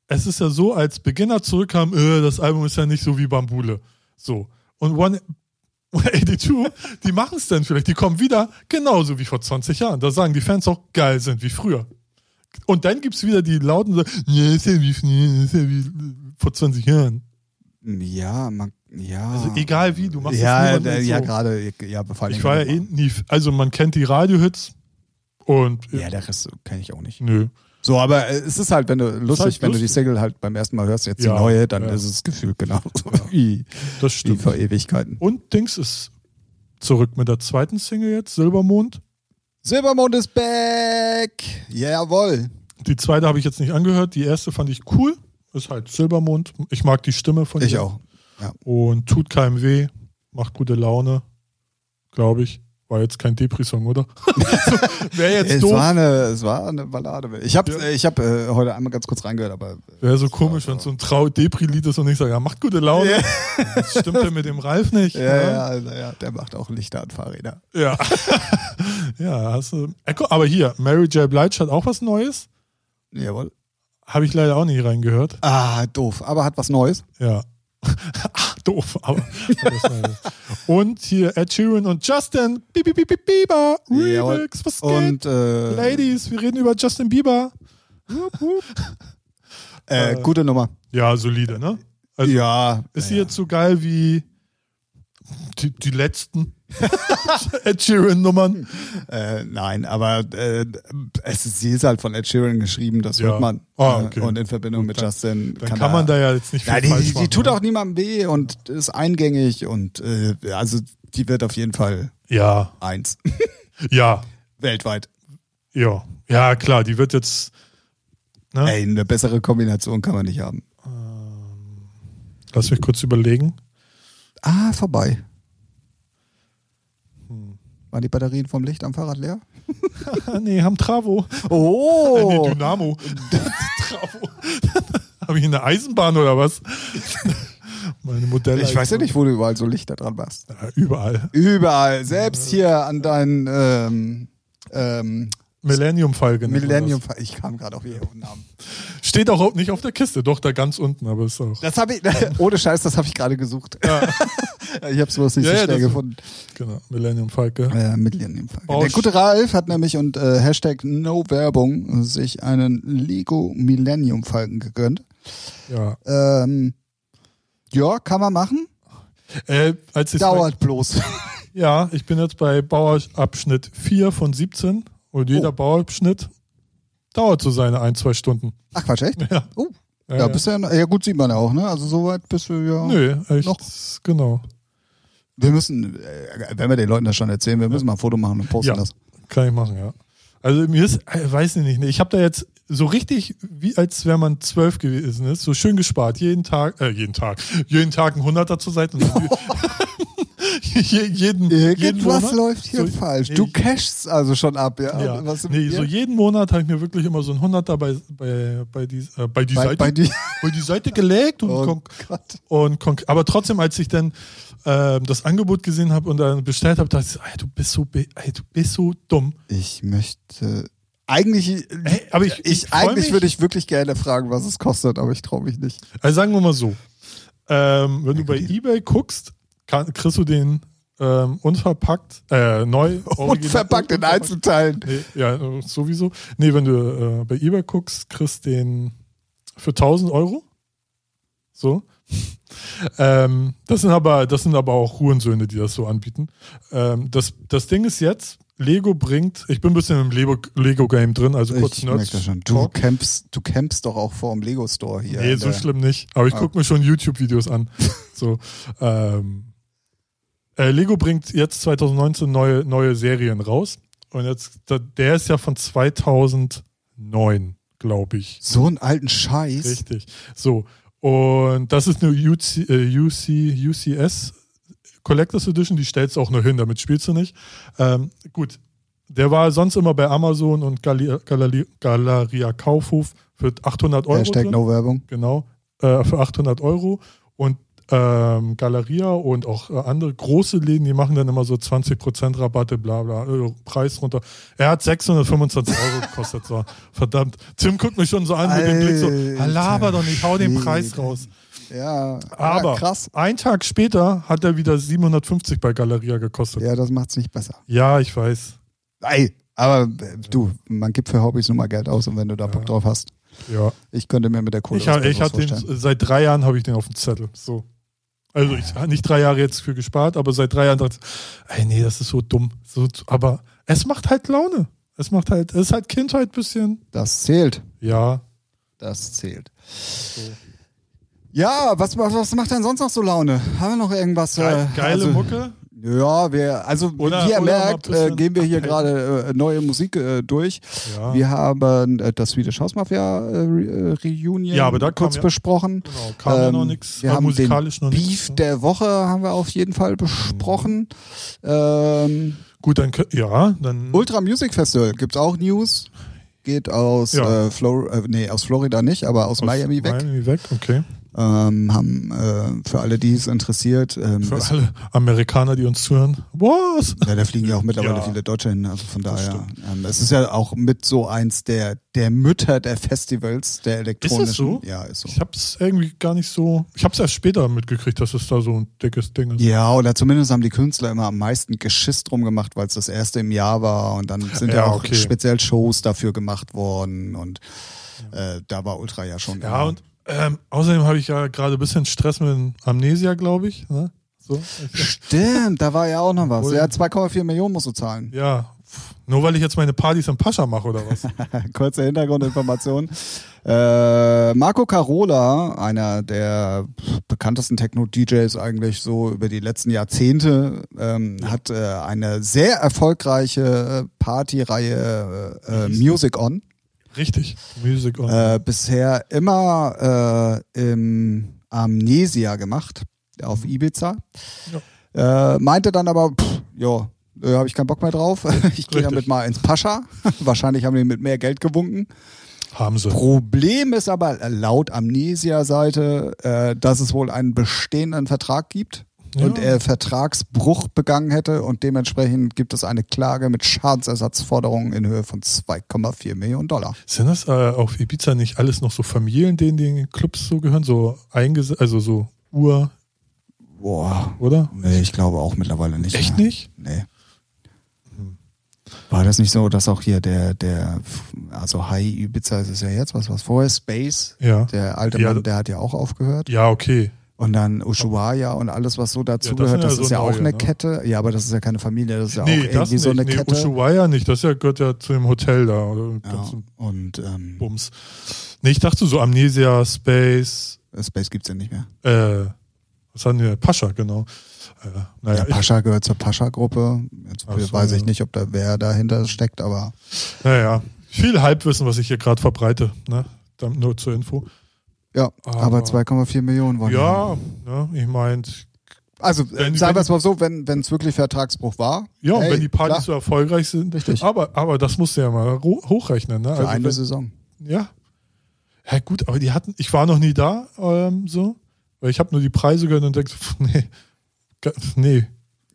S1: es ist ja so, als Beginner zurückkam, äh, das Album ist ja nicht so wie Bambule. So. Und One- 182, die machen es dann vielleicht, die kommen wieder genauso wie vor 20 Jahren. Da sagen die Fans auch, geil sind wie früher. Und dann gibt es wieder die lauten, so, nee, ist ja wie, nee, ist ja wie äh, vor 20 Jahren.
S2: Ja, man, ja.
S1: Also egal wie, du machst es
S2: Ah. ja, äh,
S1: niemandem
S2: der, ja,
S1: so.
S2: gerade, ja, vor allem-
S1: Ich war ja eh nie, also man kennt die Radiohits und äh,
S2: Ja, der Rest kenne ich auch nicht.
S1: nö.
S2: So, aber äh, es ist halt, wenn du lustig,
S1: halt
S2: wenn du die
S1: lustig.
S2: Single halt beim ersten Mal hörst, jetzt
S1: Ja,
S2: die neue, dann
S1: ja.
S2: ist es gefühlt genau wie,
S1: Das
S2: wie
S1: stimmt.
S2: vor Ewigkeiten.
S1: Und Dings ist zurück mit der zweiten Single jetzt, Silbermond.
S2: Silbermond ist back! Jawohl!
S1: Die zweite habe ich jetzt nicht angehört. Die erste fand ich cool. Ist halt Silbermond. Ich mag die Stimme von
S2: Ich
S1: ihr.
S2: auch.
S1: Und tut keinem weh, macht gute Laune, glaube ich. War jetzt kein Depri-Song, oder? Wäre jetzt
S2: Es
S1: doof.
S2: war, eine, es war eine Ballade. Ich habe
S1: Ja.
S2: ich hab, äh, heute einmal ganz kurz reingehört, aber
S1: Wäre so komisch, wenn so ein Trau-Depri-Lied ist und ich sage, ja, macht gute Laune.
S2: Ja.
S1: Das stimmt ja mit dem Ralf nicht.
S2: äh,
S1: ne?
S2: ja, ja, ja, der macht auch Lichter an Fahrräder.
S1: Ja. ja, hast du. Echo, aber hier, Mary J. Blige hat auch was Neues.
S2: Jawohl.
S1: Habe ich leider auch nicht reingehört.
S2: Ah, doof, aber hat was Neues.
S1: Ja. Ach, doof, aber. was Neues. und hier Ed Sheeran und Justin. Bie, bie, bie, bie, Bieber.
S2: Jawohl.
S1: Remix, was geht?
S2: Und äh,
S1: Ladies, wir reden über Justin Bieber.
S2: äh, gute Nummer.
S1: Ja, solide, ne? Also,
S2: ja.
S1: Ist sie
S2: naja.
S1: jetzt so geil wie die, die letzten Ed Sheeran-Nummern?
S2: Äh, nein, aber äh, es ist, sie ist halt von Ed Sheeran geschrieben, das
S1: Ja.
S2: hört man.
S1: Ah,
S2: Äh,
S1: okay.
S2: Und in Verbindung mit Justin
S1: Dann kann, man da ja jetzt nicht viel
S2: Nein, die,
S1: falsch
S2: die,
S1: machen.
S2: die tut
S1: ne?
S2: auch niemandem weh und ist eingängig und äh, also die wird auf jeden Fall
S1: Ja,
S2: eins
S1: ja,
S2: weltweit.
S1: ja. Ja, klar, die wird jetzt. Ja.
S2: Ey, eine bessere Kombination kann man nicht haben.
S1: Lass mich kurz überlegen.
S2: Ah, vorbei. Hm. Waren die Batterien vom Licht am Fahrrad leer?
S1: Ah, nee, haben Travo. Äh, nee,
S2: Oh!
S1: Dynamo. Travo. Habe ich eine Eisenbahn oder was? Meine Modelle.
S2: Ich weiß ja nicht, wo du überall so Lichter dran machst.
S1: Ja, überall.
S2: Überall, selbst hier an deinen ähm, ähm,
S1: Millennium-Fall genannt.
S2: Millennium. Ich kam gerade auf ihren Namen.
S1: Steht auch nicht auf der Kiste, doch da ganz unten, aber ist auch.
S2: Das habe ich, ohne Scheiß, das habe ich gerade gesucht. Ich habe bloß nicht
S1: Ja,
S2: so
S1: ja,
S2: schnell
S1: das-
S2: gefunden.
S1: Genau, Millennium Falke.
S2: Äh, Millennium Falcon.
S1: Oh,
S2: Der
S1: sch-
S2: gute Ralf hat nämlich und äh, Hashtag No Werbung sich einen Lego Millennium Falcon gegönnt.
S1: Ja.
S2: Ähm, ja, kann man machen.
S1: Äh, als ich
S2: Dauert bloß.
S1: Ja, ich bin jetzt bei Bauabschnitt 4 von 17 und jeder
S2: Oh.
S1: Bauabschnitt dauert so seine ein, zwei Stunden.
S2: Ach Quatsch, echt?
S1: Ja.
S2: Oh,
S1: Äh,
S2: ja, bist du ja, noch- ja gut, sieht man ja auch, ne? Also soweit bist du ja.
S1: Nö, echt,
S2: noch.
S1: genau.
S2: Wir müssen, äh, wenn wir den Leuten das schon erzählen, wir müssen mal ein Foto machen und posten
S1: Ja.
S2: das.
S1: Kann ich machen, ja. Also mir ist, äh, weiß ich nicht, ne, ich habe da jetzt so richtig, wie als wäre man zwölf gewesen ist, so schön gespart, jeden Tag, äh, jeden Tag, jeden Tag ein Hunderter zur Seite. Und je, jeden, jeden
S2: Irgendwas
S1: Monat.
S2: läuft hier
S1: ne? So,
S2: falsch.
S1: nee,
S2: du
S1: ich-
S2: cashst also schon ab, ja?
S1: Ja.
S2: Was
S1: Nee, so jeden Monat habe ich mir wirklich immer so ein Hunderter bei, bei, bei, die, äh, bei die
S2: bei,
S1: Seite
S2: bei dir.
S1: bei die Seite gelegt und,
S2: Oh
S1: kon
S2: Gott.
S1: und kon aber trotzdem, als ich dann ähm, das Angebot gesehen habe und dann bestellt habe, dachte ich, so, ey, du bist so, be ey, du bist so dumm.
S2: Ich möchte. Eigentlich,
S1: Ey, aber ich, ich,
S2: ich,
S1: freu
S2: eigentlich
S1: mich,
S2: würde ich wirklich gerne fragen, was es kostet, aber ich traue mich nicht.
S1: Also sagen wir mal so, ähm, wenn du bei
S2: Danke
S1: eBay guckst, kann, kriegst du den ähm, unverpackt, äh, neu,
S2: Und
S1: original-
S2: verpackt in
S1: unverpackt.
S2: Einzelteilen.
S1: Nee, ja, äh, sowieso. Nee, wenn du äh, bei eBay guckst, kriegst den für 1000 Euro. So. ähm, das, sind aber, das sind aber auch Hurensöhne, die das so anbieten. Ähm, das, das Ding ist jetzt, Lego bringt, ich bin ein bisschen im Lego-Game drin, also kurz
S2: Ich merke das schon. Du
S1: Talk.
S2: kämpfst, du kämpfst doch auch vor dem Lego-Store hier.
S1: Nee,
S2: in
S1: so
S2: der-
S1: schlimm nicht. Aber ich
S2: Ah.
S1: gucke mir schon YouTube-Videos an. so, ähm, äh, Lego bringt jetzt 2019 neue, neue Serien raus. Und jetzt, da, der ist ja von 2009, glaube ich.
S2: So einen alten Scheiß.
S1: Richtig. So. Und das ist eine UC, äh, UC, UCS Collectors Edition, die stellst du auch nur hin, damit spielst du nicht. Ähm, gut. Der war sonst immer bei Amazon und Gali- Galali- Galeria Kaufhof für 800 Euro.
S2: Hashtag
S1: drin
S2: No Werbung.
S1: genau, äh, für 800 Euro. Und ähm, Galeria und auch äh, andere große Läden, die machen dann immer so 20% Rabatte, bla bla, äh, Preis runter. Er hat 625 Euro gekostet, so. verdammt. Tim guckt mich schon so an mit dem Blick so,
S2: Alter
S1: "Ah, laber doch nicht, hau den
S2: Schwede."
S1: Preis raus.
S2: Ja,
S1: Aber
S2: ja, krass.
S1: ein Tag später hat er wieder 750 bei Galeria gekostet. Ja,
S2: Ja, das macht's nicht besser.
S1: ich weiß.
S2: Ey, aber äh, du, man gibt für Hobbys nun mal Geld aus und wenn du da Bock
S1: Ja.
S2: drauf hast,
S1: Ja.
S2: ich könnte mir mit der Kohle
S1: ich hab,
S2: was
S1: ich hab den,
S2: Besseres
S1: seit drei Jahren habe ich den auf dem Zettel. So. Also ich habe nicht drei Jahre jetzt für gespart, aber seit drei Jahren dachte ich, ey, nee, das ist so dumm. So, aber es macht halt Laune. Es macht halt, es ist halt Kindheit ein bisschen.
S2: Das zählt.
S1: Ja.
S2: Das zählt. Ja, was, was, was macht denn sonst noch so Laune? Haben wir noch irgendwas?
S1: Geil,
S2: äh,
S1: geile
S2: also,
S1: Mucke.
S2: Ja, wir, also
S1: Oder-
S2: wie ihr
S1: oder mal
S2: merkt,
S1: ein bisschen
S2: äh, gehen wir hier
S1: abhängen.
S2: gerade äh, neue Musik äh, durch.
S1: Ja.
S2: Wir haben äh, das Swedish House Mafia äh, Re- äh, Reunion
S1: Ja, aber da kam
S2: kurz
S1: ja-
S2: besprochen.
S1: genau, kam ja
S2: Ähm,
S1: noch nichts.
S2: wir
S1: war
S2: haben
S1: musikalisch noch
S2: Beef
S1: nichts. ne?
S2: der Woche haben wir auf jeden Fall besprochen. Ähm,
S1: Gut, dann kö- ja, dann
S2: Ultra Music Festival gibt's auch News. Geht aus,
S1: Ja.
S2: äh, Flor äh, nee, aus Florida nicht, aber aus,
S1: aus
S2: Miami weg.
S1: Miami weg, okay.
S2: Ähm, haben äh, für alle, die es interessiert, ähm,
S1: Für
S2: ist,
S1: alle Amerikaner, die uns zuhören. Was?
S2: ja, da fliegen ja auch mittlerweile
S1: Ja.
S2: viele Deutsche hin, also von
S1: Das
S2: daher. Ähm, es ist ja auch mit so eins der, der Mütter der Festivals, der elektronischen.
S1: so?
S2: Ja, ist so.
S1: Ich hab's irgendwie gar nicht so. Ich hab's erst später mitgekriegt, dass es da so ein dickes Ding ist.
S2: Ja, oder zumindest haben die Künstler immer am meisten Geschiss drum gemacht, weil es das erste im Jahr war und dann sind ja,
S1: Ja,
S2: auch
S1: okay.
S2: speziell Shows dafür gemacht worden und äh, da war Ultra ja schon.
S1: Ja,
S2: immer-
S1: und ähm, außerdem habe ich ja gerade ein bisschen Stress mit dem Amnesia, glaube ich. Ne? So.
S2: Stimmt, da war ja auch noch was.
S1: Obwohl-
S2: Ja, 2,4 Millionen musst du zahlen.
S1: Ja, pff, nur weil ich jetzt meine Partys am Pascha mache oder was?
S2: Kurze Hintergrundinformation. äh, Marco Carola, einer der bekanntesten Techno-DJs eigentlich so über die letzten Jahrzehnte, ähm, hat äh, eine sehr erfolgreiche äh, Partyreihe äh, Music On.
S1: Richtig, Music on.
S2: äh, bisher immer äh, im Amnesia gemacht,
S1: Mhm.
S2: auf Ibiza. Äh, meinte dann aber, pff, ja, äh, habe ich keinen Bock mehr drauf. Ich gehe
S1: Richtig.
S2: damit mal ins Pascha. Wahrscheinlich haben die mit mehr Geld gewunken.
S1: Haben sie.
S2: Problem ist aber äh, laut Amnesia-Seite, äh, dass es wohl einen bestehenden Vertrag gibt
S1: Ja.
S2: und er Vertragsbruch begangen hätte und dementsprechend gibt es eine Klage mit Schadensersatzforderungen in Höhe von 2,4 Millionen Dollar.
S1: Sind das äh, auf Ibiza nicht alles noch so Familien, denen die Clubs so gehören? So eingesetzt, also so Ur.
S2: Boah.
S1: oder?
S2: Nee, ich glaube auch mittlerweile nicht.
S1: Echt
S2: mehr.
S1: nicht? Hm.
S2: Nee. War das nicht so, dass auch hier der, der, also High Ibiza ist es ja jetzt, was war vorher? Space,
S1: Ja.
S2: der alte
S1: Ja,
S2: Mann, der hat ja auch aufgehört.
S1: Ja, okay.
S2: Und dann Ushuaia und alles, was so
S1: sind
S2: dazugehört,
S1: ja
S2: das,
S1: so
S2: ist ja
S1: neue,
S2: auch eine
S1: ne?
S2: Kette. Ja, aber das ist ja keine Familie, das ist ja auch
S1: nee,
S2: irgendwie
S1: das nicht.
S2: so eine
S1: nee,
S2: Kette.
S1: Ushuaia nicht. Das ja, gehört ja zu dem Hotel da. Oder
S2: ja,
S1: ganzen
S2: und ähm,
S1: Bums. Nee, ich dachte so Amnesia, Space,
S2: Space gibt's ja nicht mehr.
S1: äh, was haben wir? Pascha, genau. Äh, naja,
S2: Ja, Pascha gehört zur Pascha-Gruppe. Jetzt
S1: Ach so,
S2: weiß ich
S1: ja. nicht,
S2: nicht, ob da wer dahinter steckt, aber
S1: ich, naja, viel Halbwissen, was ich hier gerade verbreite. Ne? Dann nur zur Info.
S2: ja, aber
S1: Aber-
S2: 2,4 Millionen waren
S1: Ah. Ja, ne, ich meine,
S2: Also
S1: Wenn-
S2: äh, sagen
S1: wenn-
S2: wir es mal so, wenn es wirklich Vertragsbruch war.
S1: ja, und
S2: hey,
S1: wenn die Partys
S2: klar,
S1: so erfolgreich sind.
S2: Richtig.
S1: Aber, aber das musst du ja mal ro- hochrechnen. Ne?
S2: für
S1: Also
S2: eine
S1: wenn-
S2: Saison.
S1: Ja. Ja, gut, aber die hatten, ich war noch nie da, ähm, so, weil ich habe nur die Preise gehört und denke, pff, nee, Ga- nee,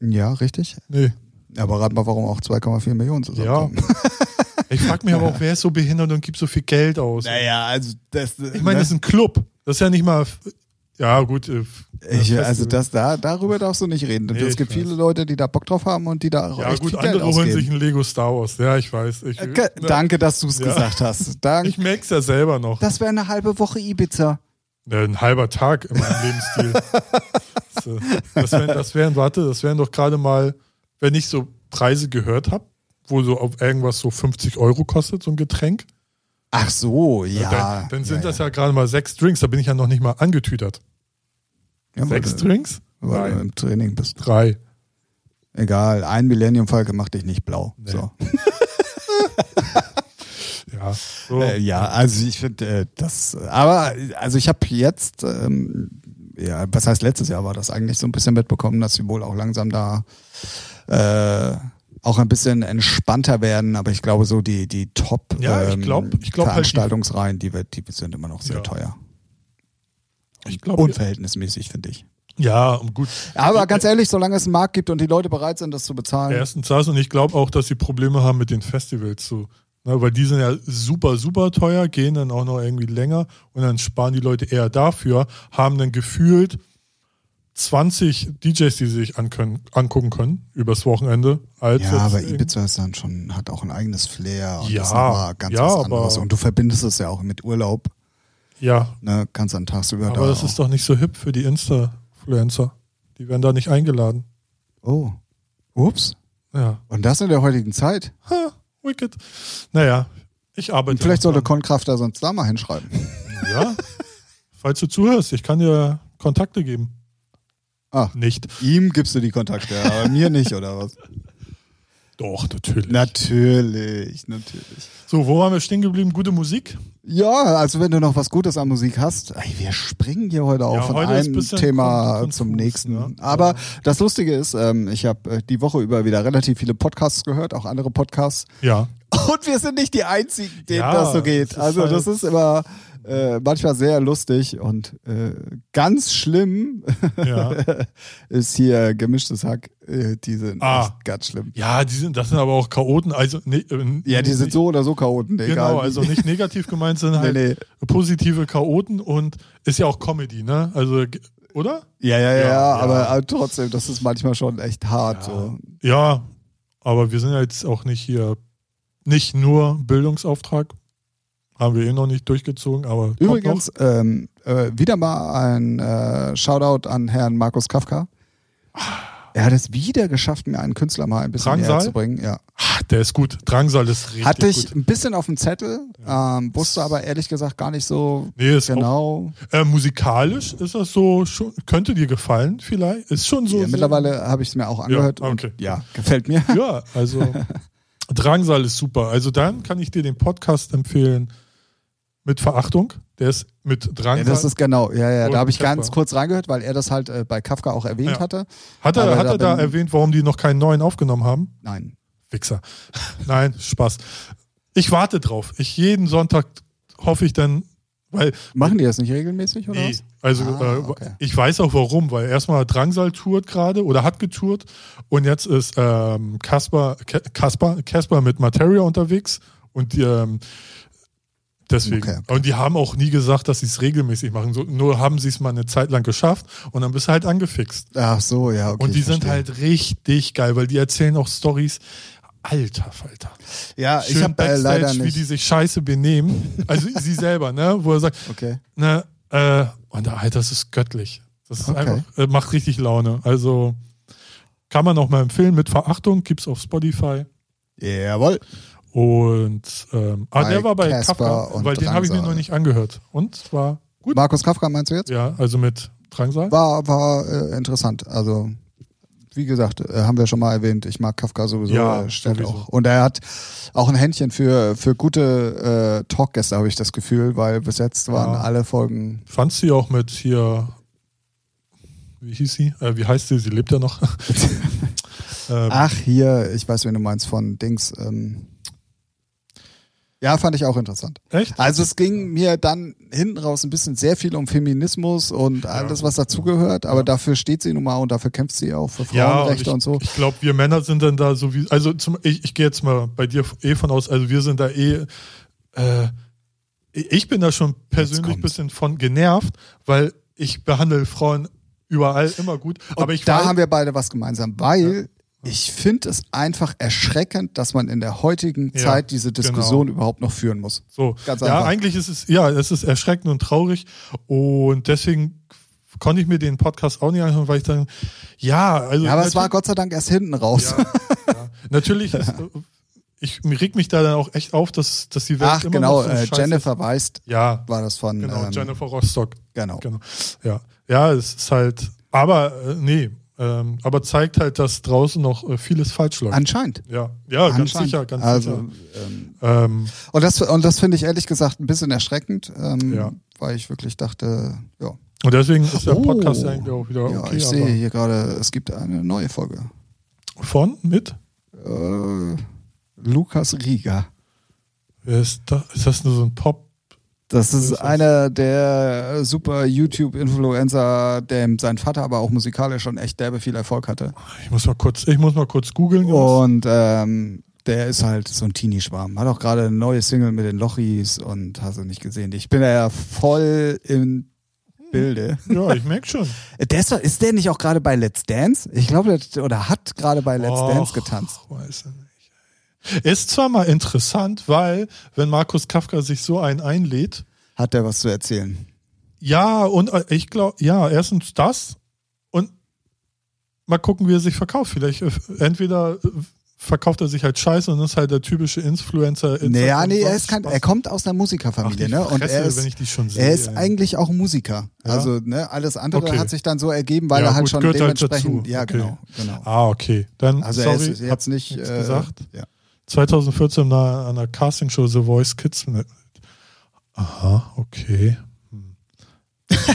S2: Ja, richtig.
S1: nee.
S2: Aber rat mal, warum auch 2,4 Millionen zusammen.
S1: Ja. Ich frage mich aber auch, wer ist so behindert und gibt so viel Geld aus?
S2: Naja, also das.
S1: ich meine, das ist ein Club. Das ist ja nicht mal. Ja, gut. äh,
S2: ich,
S1: Festival.
S2: also das da, darüber darfst du nicht reden.
S1: Nee,
S2: es
S1: ich
S2: gibt
S1: weiß.
S2: viele Leute, die da Bock drauf haben und die da auch
S1: Ja,
S2: echt
S1: gut,
S2: viel Geld
S1: andere holen sich
S2: ausgeben. Äh,
S1: ein Lego Star Wars. Ja, ich weiß. Ich,
S2: Okay, danke, dass du es
S1: Ja.
S2: gesagt hast. Danke.
S1: Ich merk's ja selber noch.
S2: Das wäre eine halbe Woche Ibiza.
S1: Ja, Ein halber Tag in meinem Lebensstil. so. Das wären, das wären, warte, das wären doch gerade mal, wenn ich so Preise gehört habe, wo so auf irgendwas so 50 Euro kostet, so ein Getränk,
S2: Ach so, ja.
S1: dann, dann sind das ja gerade mal sechs Drinks, da bin ich ja noch nicht mal angetütert.
S2: ja, weil
S1: sechs
S2: du-
S1: Drinks?
S2: Weil du
S1: Nein.
S2: im Training bist.
S1: Drei.
S2: Egal, ein Millennium Falke macht dich nicht blau. So.
S1: Ja. So.
S2: Äh, ja, also ich finde äh, das, aber also ich habe jetzt, ähm, ja, was heißt letztes Jahr war das eigentlich so ein bisschen mitbekommen, dass sie wohl auch langsam da äh, auch ein bisschen entspannter werden, aber ich glaube so die, die Top ähm,
S1: Ja, ich glaub- ich glaub halt die-
S2: Veranstaltungsreihen, die, wir, die sind immer noch sehr
S1: Ja.
S2: teuer.
S1: ich glaube.
S2: Unverhältnismäßig, finde ich.
S1: Ja, und gut.
S2: Aber ganz ehrlich, solange es einen Markt gibt und die Leute bereit sind, das zu bezahlen,
S1: Erstens das und ich glaube auch, dass sie Probleme haben mit den Festivals so. Ne, weil die sind ja super, super teuer, gehen dann auch noch irgendwie länger und dann sparen die Leute eher dafür, haben dann gefühlt 20 DJs, die sie sich ankön- angucken können übers Wochenende. Als
S2: Ja,
S1: jetzt
S2: aber
S1: irgendwie-
S2: Ibiza ist dann schon, hat auch ein eigenes Flair und
S1: Ja,
S2: ist nochmal ganz
S1: ja,
S2: was anderes.
S1: aber-
S2: und du verbindest es ja auch mit Urlaub,
S1: Ja,
S2: ne? Kannst dann tagsüber
S1: aber
S2: da
S1: das
S2: auch.
S1: ist doch nicht so hip für die Insta-Fluencer. Die werden da nicht eingeladen.
S2: Oh. Ups.
S1: Ja.
S2: Und das in der heutigen Zeit.
S1: Ha, wicked. Naja, ich arbeite.
S2: Und vielleicht
S1: noch
S2: sollte
S1: dran.
S2: Konkrafter sonst da mal hinschreiben.
S1: Ja. Falls du zuhörst, ich kann dir Kontakte geben.
S2: Ah.
S1: Nicht.
S2: Ihm gibst du die Kontakte, aber mir nicht, oder was?
S1: Doch, natürlich.
S2: Natürlich, natürlich.
S1: So, wo waren wir stehen geblieben? Gute Musik?
S2: Ja, also wenn du noch was Gutes an Musik hast, ey, wir springen hier heute auch
S1: Ja,
S2: von
S1: heute ist ein
S2: einem
S1: bisschen
S2: Thema
S1: konfus,
S2: zum
S1: ne?
S2: nächsten.
S1: Ja.
S2: Aber das Lustige ist, ähm, ich habe die Woche über wieder relativ viele Podcasts gehört, auch andere Podcasts.
S1: Ja.
S2: Und wir sind nicht die Einzigen, denen
S1: Ja,
S2: das so geht.
S1: das ist
S2: also das
S1: halt-
S2: ist immer äh, manchmal sehr lustig und äh, ganz schlimm
S1: Ja,
S2: ist hier gemischtes Hack. Äh, die sind
S1: Ah.
S2: echt ganz schlimm.
S1: ja die sind, das sind aber auch Chaoten. Also, ne, äh,
S2: Ja, die sind
S1: nicht-
S2: so oder so Chaoten, egal.
S1: Genau,
S2: wie.
S1: also nicht negativ gemeint, sind halt
S2: nee.
S1: positive Chaoten und ist ja auch Comedy, ne? Also, g- oder?
S2: ja, ja, ja,
S1: Ja, ja.
S2: aber äh, trotzdem, das ist manchmal schon echt hart. So.
S1: Ja, aber wir sind ja jetzt auch nicht hier, nicht nur Bildungsauftrag. Haben wir eh noch nicht durchgezogen, aber. kommt
S2: Übrigens, ähm, äh, wieder mal ein äh, Shoutout an Herrn Markus Kafka. Er hat es wieder geschafft, mir einen Künstler mal ein bisschen
S1: Ah. Drangsal?
S2: näher zu bringen. Ja.
S1: noch. Ah, der ist gut. Drangsal ist richtig.
S2: Hatte ich
S1: Gut.
S2: ein bisschen auf dem Zettel, ähm, wusste aber ehrlich gesagt gar nicht so
S1: Nee, ist auch
S2: genau.
S1: Äh, musikalisch ist das so, schon, könnte dir gefallen vielleicht. Ist schon so.
S2: ja,
S1: so-
S2: mittlerweile habe ich es mir auch angehört.
S1: Ja, okay.
S2: und, ja gefällt mir.
S1: Ja, also Drangsal ist super. Also dann kann ich dir den Podcast empfehlen mit Verachtung. Der ist mit
S2: Ja,
S1: Drangsal.
S2: das ist genau, ja, ja,
S1: Und
S2: da habe ich
S1: Kafka.
S2: ganz kurz reingehört, weil er das halt äh, bei Kafka auch erwähnt
S1: Ja.
S2: hatte.
S1: hat er,
S2: aber
S1: hat
S2: da
S1: er da
S2: bin-
S1: erwähnt, warum die noch keinen neuen aufgenommen haben?
S2: Nein.
S1: Wichser. Nein, Spaß. Ich warte drauf. Ich jeden Sonntag hoffe ich dann, weil
S2: Machen die das nicht regelmäßig oder
S1: Nee,
S2: was?
S1: also
S2: Ah,
S1: äh,
S2: okay.
S1: ich weiß auch warum, weil erstmal Drangsal tourt gerade oder hat getourt und jetzt ist ähm, Kasper, Ke- Kasper, Kasper mit Materia unterwegs und die, ähm, Deswegen.
S2: Okay.
S1: Und die haben auch nie gesagt, dass sie es regelmäßig machen. So, nur haben sie es mal eine Zeit lang geschafft und dann bist du halt angefixt.
S2: Ach so, ja, okay.
S1: und die
S2: ich
S1: sind
S2: verstehe.
S1: halt richtig geil, weil die erzählen auch Stories. Alter Falter.
S2: Ja, ich
S1: Schön
S2: habe äh, leider
S1: Backstage, wie die
S2: nicht.
S1: sich scheiße benehmen. Also sie selber, ne? Wo er sagt,
S2: Okay.
S1: ne, äh, und Alter, das ist göttlich. Das ist
S2: Okay.
S1: einfach, äh, macht richtig Laune. Also kann man auch mal empfehlen mit Verachtung, gibt's auf Spotify.
S2: Jawohl.
S1: Und ähm, ah,
S2: Bei
S1: der war bei
S2: Casper
S1: Kafka,
S2: und
S1: weil den habe ich mir
S2: Drangsal.
S1: noch nicht angehört. Und war gut.
S2: Markus Kafka meinst du jetzt?
S1: Ja, also mit Drangsal.
S2: War, war äh, interessant. Also, wie gesagt, äh, haben wir schon mal erwähnt, ich mag Kafka sowieso.
S1: Ja,
S2: er stellt
S1: sowieso.
S2: Auch. Und er hat auch ein Händchen für, für gute äh, Talkgäste, habe ich das Gefühl, weil bis jetzt waren
S1: Ja.
S2: alle Folgen.
S1: Fandst du ja auch mit hier, wie hieß sie? Äh, wie heißt sie? Sie lebt ja noch. ähm,
S2: Ach, hier, ich weiß, wen du meinst, von Dings. Ähm, ja, fand ich auch interessant.
S1: Echt?
S2: Also es ging mir dann hinten raus ein bisschen sehr viel um Feminismus und alles, was dazugehört, aber dafür steht sie nun mal und dafür kämpft sie auch für
S1: und
S2: Frauenrechte
S1: ich,
S2: und, so.
S1: Ich glaube, wir Männer sind dann da so wie, also zum, ich, ich gehe jetzt mal bei dir eh von aus, also wir sind da eh, äh, ich bin da schon persönlich ein
S2: kommt's.
S1: bisschen von genervt, weil ich behandle Frauen überall immer gut.
S2: Und
S1: aber ich
S2: da
S1: weiß,
S2: haben wir beide was gemeinsam, weil ich finde es einfach erschreckend, dass man in der heutigen
S1: Ja,
S2: Zeit diese
S1: genau.
S2: Diskussion überhaupt noch führen muss.
S1: So,
S2: Ganz
S1: ja,
S2: einfach.
S1: eigentlich ist es, ja, es ist erschreckend und traurig und deswegen konnte ich mir den Podcast auch nicht anhören, weil ich dann, ja, also.
S2: Ja, aber es war
S1: natürlich-
S2: Gott sei Dank erst hinten raus.
S1: ja, ja. Natürlich ist, ich reg mich da dann auch echt auf, dass, dass die Welt
S2: Ach
S1: immer
S2: genau,
S1: noch so
S2: äh,
S1: scheiße
S2: Jennifer Weist
S1: Ist. Ja,
S2: war das von.
S1: genau,
S2: ähm,
S1: Jennifer Rostock,
S2: genau.
S1: genau, ja. Ja, es ist halt, aber, äh, nee, ähm, aber zeigt halt, dass draußen noch äh, vieles falsch läuft.
S2: Anscheinend.
S1: ja, ja, ganz
S2: Anscheinend.
S1: sicher, ganz
S2: also,
S1: sicher.
S2: Ähm,
S1: Ähm,
S2: und das, und das finde ich ehrlich gesagt ein bisschen erschreckend, ähm,
S1: Ja.
S2: weil ich wirklich dachte, ja.
S1: und deswegen ist der
S2: Oh.
S1: Podcast ja eigentlich auch wieder okay.
S2: ja ich
S1: aber-
S2: sehe hier gerade, es gibt eine neue Folge.
S1: Von? Mit?
S2: Äh, Lukas Rieger.
S1: Wer ist, da? ist das nur so ein Pop?
S2: Das ist
S1: Das ist-
S2: einer der äh, super YouTube-Influencer, dem sein Vater aber auch musikalisch schon echt derbe viel Erfolg hatte.
S1: Ich muss mal kurz, ich muss mal kurz googeln. Jungs.
S2: Und ähm, der ist halt so ein Teenie-Schwarm. Hat auch gerade eine neue Single mit den Lochis und hast du nicht gesehen. Ich bin da ja voll im Bilde. Äh,
S1: Ja, ich merke schon.
S2: Der ist, doch- ist der nicht auch gerade bei Let's Dance? Ich glaube, der- oder hat gerade bei Let's
S1: Och,
S2: Dance getanzt.
S1: Weiß ich nicht. Ist zwar mal interessant, weil wenn Markus Kafka sich so einen einlädt,
S2: Hat der was zu erzählen?
S1: ja, und äh, ich glaube, ja, erstens das und mal gucken, wie er sich verkauft. Vielleicht äh, entweder äh, verkauft er sich halt scheiße und ist halt der typische Influencer.
S2: Naja, nee, er,
S1: Sonst
S2: ist kein,
S1: Spaß.
S2: er kommt aus einer
S1: Ach, die
S2: Musikerfamilie, ne? Und
S1: Fresse,
S2: er
S1: wenn
S2: ist,
S1: ich die schon sehe.
S2: er ist
S1: ey.
S2: eigentlich auch Musiker.
S1: Ja?
S2: Also, ne, alles andere
S1: Okay.
S2: hat sich dann so ergeben, weil
S1: Ja,
S2: er halt
S1: gut,
S2: schon
S1: gehört halt
S2: dementsprechend.
S1: dazu.
S2: ja,
S1: Okay.
S2: genau, genau.
S1: Ah, okay. Dann,
S2: Also
S1: sorry,
S2: er ist
S1: hab
S2: jetzt nicht.
S1: nichts
S2: Äh,
S1: gesagt.
S2: Ja.
S1: 2014 an einer Castingshow The Voice Kids. Aha, okay. Hm.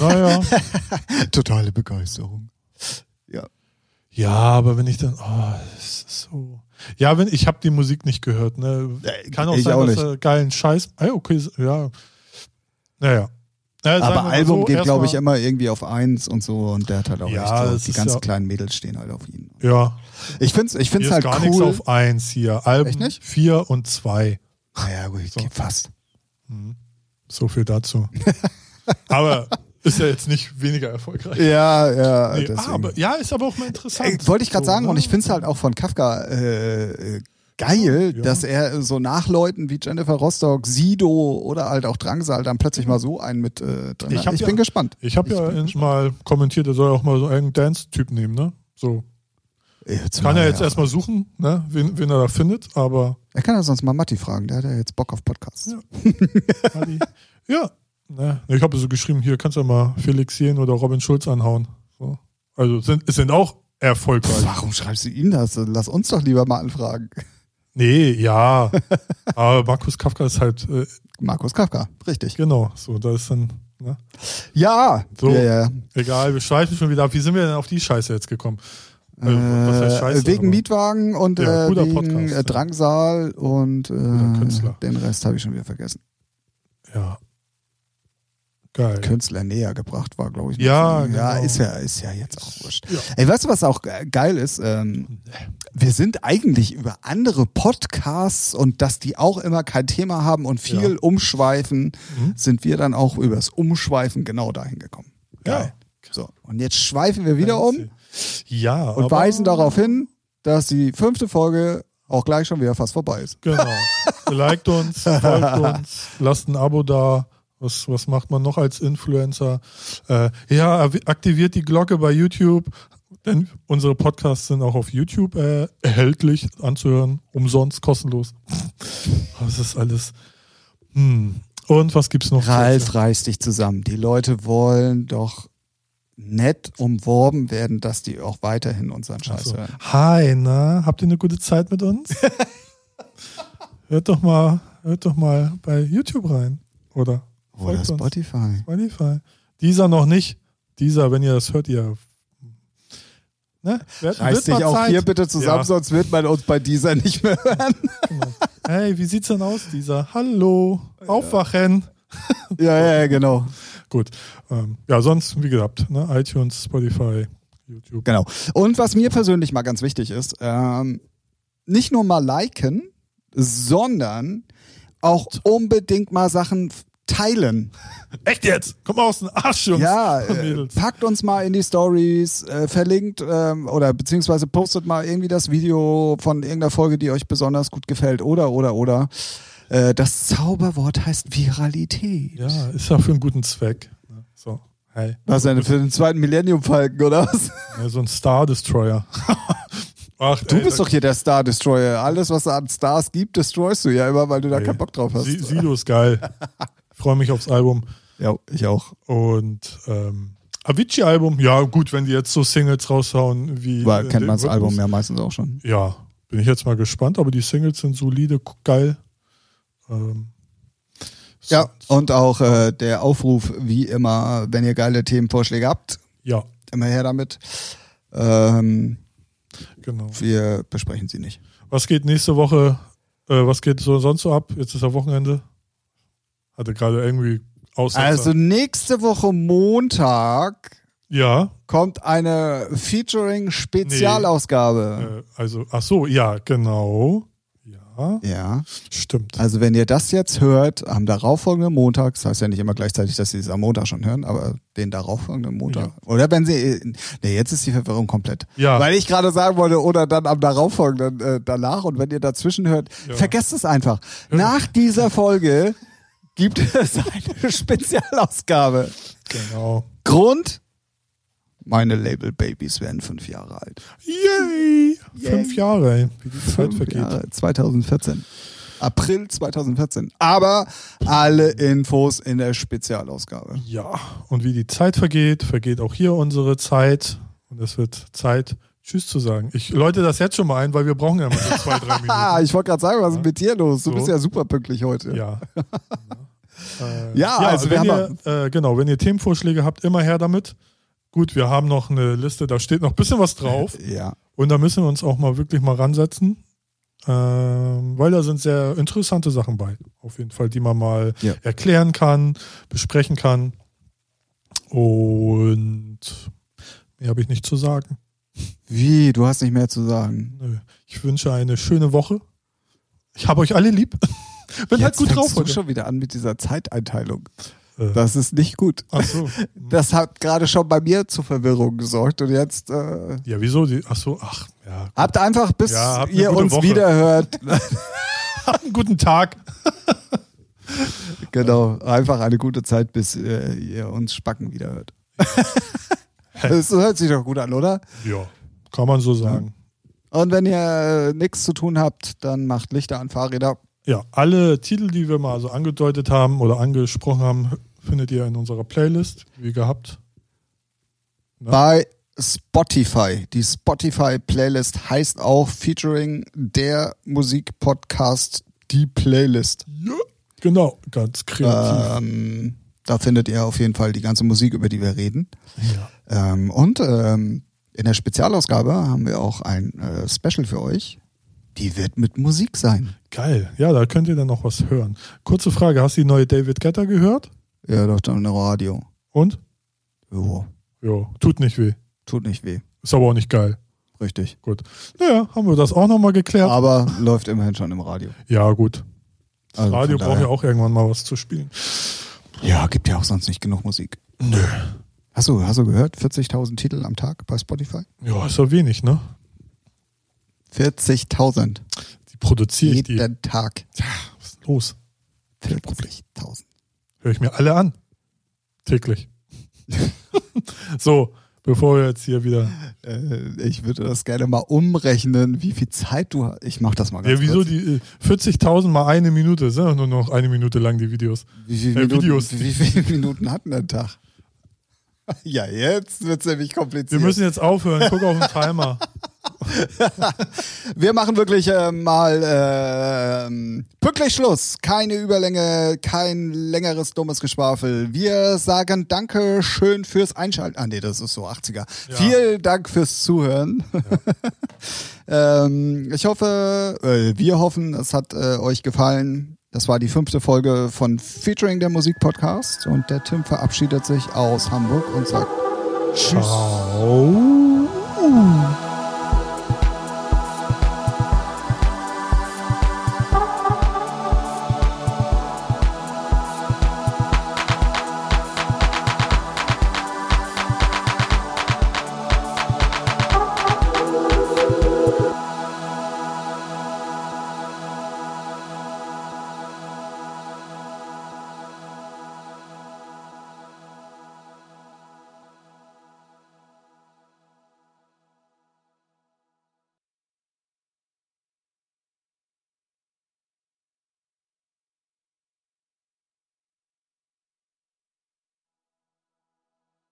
S1: Naja.
S2: Totale Begeisterung.
S1: ja, aber wenn ich dann, oh, es ist so. Ja, wenn ich habe die Musik nicht gehört, ne?
S2: Äh,
S1: Kann auch
S2: ich
S1: sein,
S2: auch
S1: dass
S2: nicht.
S1: er geilen Scheiß. Ah, okay, s- ja. Naja. Naja, sagen wir
S2: Aber
S1: mal
S2: Album
S1: so,
S2: geht, glaube ich,
S1: erstmal-
S2: immer irgendwie auf eins und so. Und der hat halt auch
S1: Ja,
S2: echt so.
S1: das
S2: Die
S1: ist
S2: ganzen
S1: ja-
S2: kleinen Mädels stehen halt auf ihn.
S1: Ja,
S2: Ich finde es ich
S1: hier
S2: find's
S1: ist
S2: halt
S1: gar nichts
S2: cool.
S1: auf eins hier. Alben
S2: Echt nicht?
S1: 4 und 2.
S2: naja, Ah gut,
S1: So.
S2: fast.
S1: So viel dazu. aber ist ja jetzt nicht weniger erfolgreich.
S2: Ja, ja.
S1: Nee,
S2: deswegen.
S1: ah, aber, ja, ist aber auch mal
S2: Äh,
S1: interessant.
S2: Wollte ich gerade
S1: So,
S2: sagen,
S1: ne?
S2: und ich finde es halt auch von Kafka äh, äh, geil,
S1: Ja.
S2: dass er so Nachleuten wie Jennifer Rostock, Sido oder halt auch Drangsal dann plötzlich mal so einen mit äh, drin
S1: Ich
S2: hat.
S1: hab
S2: Ich
S1: ja-
S2: bin gespannt.
S1: Ich habe ja in- mal kommentiert, er soll auch mal so einen Dance-Typ nehmen, ne? So. Kann er jetzt erstmal suchen, ne? Wen, wen er da findet, aber.
S2: Er kann ja sonst mal Matti fragen, der hat ja jetzt Bock auf Podcasts.
S1: Ja. Adi, ja. Ne? Ich habe so geschrieben, hier kannst du ja mal Felix Jähn oder Robin Schulz anhauen. So. Also sind, es sind auch
S2: Pff,
S1: erfolgreich.
S2: Warum schreibst du ihn das? Lass uns doch lieber mal anfragen.
S1: Nee, ja. aber Markus Kafka ist halt, äh,
S2: Markus Kafka, richtig.
S1: genau, so, da ist dann, ne?
S2: Ja,
S1: So.
S2: ja, ja.
S1: Egal, wir schweifen schon wieder ab. Wie sind wir denn auf die Scheiße jetzt gekommen? Also, was heißt
S2: Äh,
S1: Scheiße,
S2: wegen
S1: aber-
S2: Mietwagen und
S1: Ja,
S2: äh,
S1: guter
S2: wegen
S1: Podcast, ja.
S2: äh, Drangsal und äh,
S1: Künstler.
S2: den Rest habe ich schon wieder vergessen.
S1: Ja. Geil.
S2: Künstler näher gebracht war, glaube ich. ne?
S1: Ja,
S2: ja,
S1: genau.
S2: ist ja, ist ja jetzt auch wurscht.
S1: Ja.
S2: Ey, weißt du, was auch ge- geil ist? Ähm, wir sind eigentlich über andere Podcasts und dass die auch immer kein Thema haben und viel
S1: Ja. Mhm.
S2: umschweifen, sind wir dann auch übers Umschweifen genau dahin gekommen.
S1: Ja.
S2: Geil. So, und jetzt schweifen wir wieder um
S1: Ja,
S2: und
S1: aber-
S2: weisen darauf hin, dass die fünfte Folge auch gleich schon wieder fast vorbei ist.
S1: Genau. Liked uns, folgt uns, lasst ein Abo da. Was, was macht man noch als Influencer? Äh, ja, ak- aktiviert die Glocke bei YouTube, denn unsere Podcasts sind auch auf YouTube äh, erhältlich anzuhören, umsonst, kostenlos. Das ist alles. Hm. Und was gibt's noch? zu
S2: Ralf, reiß dich zusammen. Die Leute wollen doch nett umworben werden, dass die auch weiterhin unseren Scheiß
S1: erzählen?
S2: hören.
S1: Also, hi, na, habt ihr eine gute Zeit mit uns? hört doch mal, hört doch mal bei YouTube rein, oder?
S2: Oder
S1: folgt uns.
S2: Spotify.
S1: Spotify. Dieser noch nicht. Dieser, wenn ihr das hört, ihr. Ne? Wird,
S2: Reiß
S1: wird mal
S2: dich auch
S1: Zeit.
S2: hier bitte zusammen,
S1: Ja,
S2: sonst wird man uns bei dieser nicht mehr hören.
S1: genau. Hey, wie sieht's denn aus, dieser? Hallo, aufwachen.
S2: ja, ja, ja, genau.
S1: Gut. Ähm, ja, sonst, wie gesagt, ne? iTunes, Spotify, YouTube.
S2: Genau. Und was mir persönlich mal ganz wichtig ist, ähm, nicht nur mal liken, sondern auch unbedingt mal Sachen f- teilen.
S1: Echt jetzt? Komm aus dem Arsch, Jungs.
S2: Ja,
S1: und
S2: äh,
S1: Mädels.
S2: packt uns mal in die Stories, äh, verlinkt ähm, oder beziehungsweise postet mal irgendwie das Video von irgendeiner Folge, die euch besonders gut gefällt oder oder oder. Äh, das Zauberwort heißt Viralität.
S1: Ja, ist ja für einen guten Zweck. Ne? So, hey.
S2: Was denn für den zweiten Millennium-Falken oder was?
S1: Ja, so ein Star Destroyer. Ach,
S2: Du bist doch hier der Star Destroyer. Alles, was es an Stars gibt, destroyst du ja immer, weil du da keinen Bock drauf hast.
S1: Sido ist geil. Ich freue mich aufs Album.
S2: Ja, ich auch.
S1: Und ähm, Avicii-Album, ja gut, wenn die jetzt so Singles raushauen wie.
S2: Weil
S1: äh,
S2: kennt man das
S1: den-
S2: Album ja meistens auch schon.
S1: Ja, bin ich jetzt mal gespannt, aber die Singles sind solide, gu- geil. Ähm, so-
S2: Ja, und auch äh, der Aufruf, wie immer, wenn ihr geile Themenvorschläge habt,
S1: Ja,
S2: immer her damit. Ähm,
S1: genau.
S2: wir besprechen sie nicht.
S1: Was geht nächste Woche? Äh, was geht so sonst so ab? Jetzt ist ja Wochenende. Hatte gerade irgendwie Aussetzer.
S2: Also nächste Woche Montag
S1: ja,
S2: kommt eine Featuring-Spezialausgabe.
S1: äh, also, ach so, ja, genau. Ja,
S2: Ja,
S1: stimmt.
S2: also wenn ihr das jetzt hört, am darauffolgenden Montag, das heißt ja nicht immer gleichzeitig, dass sie es am Montag schon hören, aber den darauffolgenden Montag. Oder wenn sie, nee, jetzt ist die Verwirrung komplett.
S1: Ja.
S2: Weil ich gerade sagen wollte, oder dann am darauffolgenden äh, danach und wenn ihr dazwischen hört,
S1: Ja.
S2: vergesst es einfach. Nach dieser Folge gibt es eine Spezialausgabe.
S1: Genau.
S2: Grund? Meine Label-Babys werden fünf Jahre alt.
S1: Yay!
S2: Yay.
S1: Fünf Jahre, ey, wie die Zeit vergeht.
S2: Jahre, 2014. April 2014. Aber alle Infos in der Spezialausgabe.
S1: Ja, und wie die Zeit vergeht, vergeht auch hier unsere Zeit. Und es wird Zeit, Tschüss zu sagen. Ich läute das jetzt schon mal ein, weil wir brauchen ja mal so zwei, drei
S2: Ah,
S1: Minuten.
S2: ich wollte gerade sagen, was ist mit dir los? Du
S1: So.
S2: bist ja super pünktlich heute.
S1: Ja. Äh,
S2: Ja, also wir
S1: wenn
S2: haben
S1: ihr, äh, genau, wenn ihr Themenvorschläge habt, immer her damit. Gut, wir haben noch eine Liste, da steht noch ein bisschen was drauf.
S2: Ja.
S1: Und da müssen wir uns auch mal wirklich mal ransetzen. Ähm, weil da sind sehr interessante Sachen bei, auf jeden Fall, die man mal
S2: Ja.
S1: erklären kann, besprechen kann. Und mehr habe ich nicht zu sagen.
S2: Wie? Du hast nicht mehr zu sagen.
S1: Nö. Ich wünsche eine schöne Woche. Ich habe euch alle lieb. Bin halt
S2: Jetzt
S1: gut drauf
S2: fängst du
S1: heute.
S2: schon wieder an mit dieser Zeiteinteilung.
S1: Äh.
S2: Das ist nicht gut.
S1: Ach so.
S2: Das hat gerade schon bei mir zu Verwirrung gesorgt und jetzt äh,
S1: Ja, wieso? Die, ach so, ach, ja.
S2: habt einfach, bis
S1: Ja, habt eine
S2: ihr
S1: gute
S2: uns
S1: Woche.
S2: wiederhört,
S1: Habt einen guten Tag.
S2: Genau, einfach eine gute Zeit, bis äh, ihr uns Spacken wieder hört. das hört sich doch gut an, oder?
S1: Ja, kann man so sagen.
S2: Und wenn ihr äh, nichts zu tun habt, dann macht Lichter an Fahrräder.
S1: Ja, alle Titel, die wir mal so angedeutet haben oder angesprochen haben, findet ihr in unserer Playlist, wie gehabt.
S2: Bei Spotify. Die Spotify-Playlist heißt auch Featuring der Musikpodcast Die Playlist.
S1: Ja. Genau, ganz kreativ.
S2: Ähm, da findet ihr auf jeden Fall die ganze Musik, über die wir reden.
S1: Ja.
S2: Ähm, und ähm, in der Spezialausgabe haben wir auch ein äh, Special für euch. Die wird mit Musik sein.
S1: Geil. Ja, da könnt ihr dann noch was hören. Kurze Frage, hast du die neue David Getter gehört?
S2: Ja, doch, dann Radio.
S1: Und?
S2: Jo,
S1: Ja, tut nicht weh.
S2: tut nicht weh.
S1: Ist aber auch nicht geil.
S2: Richtig.
S1: Naja, haben wir das auch nochmal geklärt.
S2: Aber läuft immerhin schon im Radio.
S1: Ja, gut. Das
S2: Also von
S1: Radio braucht
S2: daher-
S1: ja auch irgendwann mal was zu spielen.
S2: Ja, gibt ja auch sonst nicht genug Musik.
S1: Nö.
S2: Hast du, hast du gehört? 40.000 Titel am Tag bei Spotify?
S1: Ja, ist ja wenig, ne?
S2: 40.000.
S1: Die produziere ich die.
S2: Jeden Tag.
S1: Was ist los?
S2: 40.000.
S1: Höre ich mir alle an. Täglich. so, bevor wir jetzt hier wieder.
S2: Äh, ich würde das gerne mal umrechnen, wie viel Zeit du hast. Ich mach das mal ganz
S1: Ja, wieso
S2: kurz.
S1: die äh, 40.000 mal eine Minute? Sind ja nur noch eine Minute lang die Videos.
S2: Wie viele,
S1: äh,
S2: Minuten,
S1: Videos.
S2: wie viele Minuten hat denn der Tag? Ja, jetzt wird's nämlich
S1: Wir
S2: kompliziert.
S1: müssen jetzt aufhören. Guck auf den Timer.
S2: Wir machen wirklich äh, mal äh, ähm, pünktlich Schluss. Keine Überlänge, kein längeres dummes Geschwafel. Wir sagen Danke schön fürs Einschalten. Ah nee, das ist so 80er.
S1: Ja.
S2: Vielen Dank fürs Zuhören. ähm, ich hoffe, äh, wir hoffen, es hat äh, euch gefallen. Das war die fünfte Folge von Featuring der Musik Podcast und der Tim verabschiedet sich aus Hamburg und sagt Tschüss.
S1: Ciao.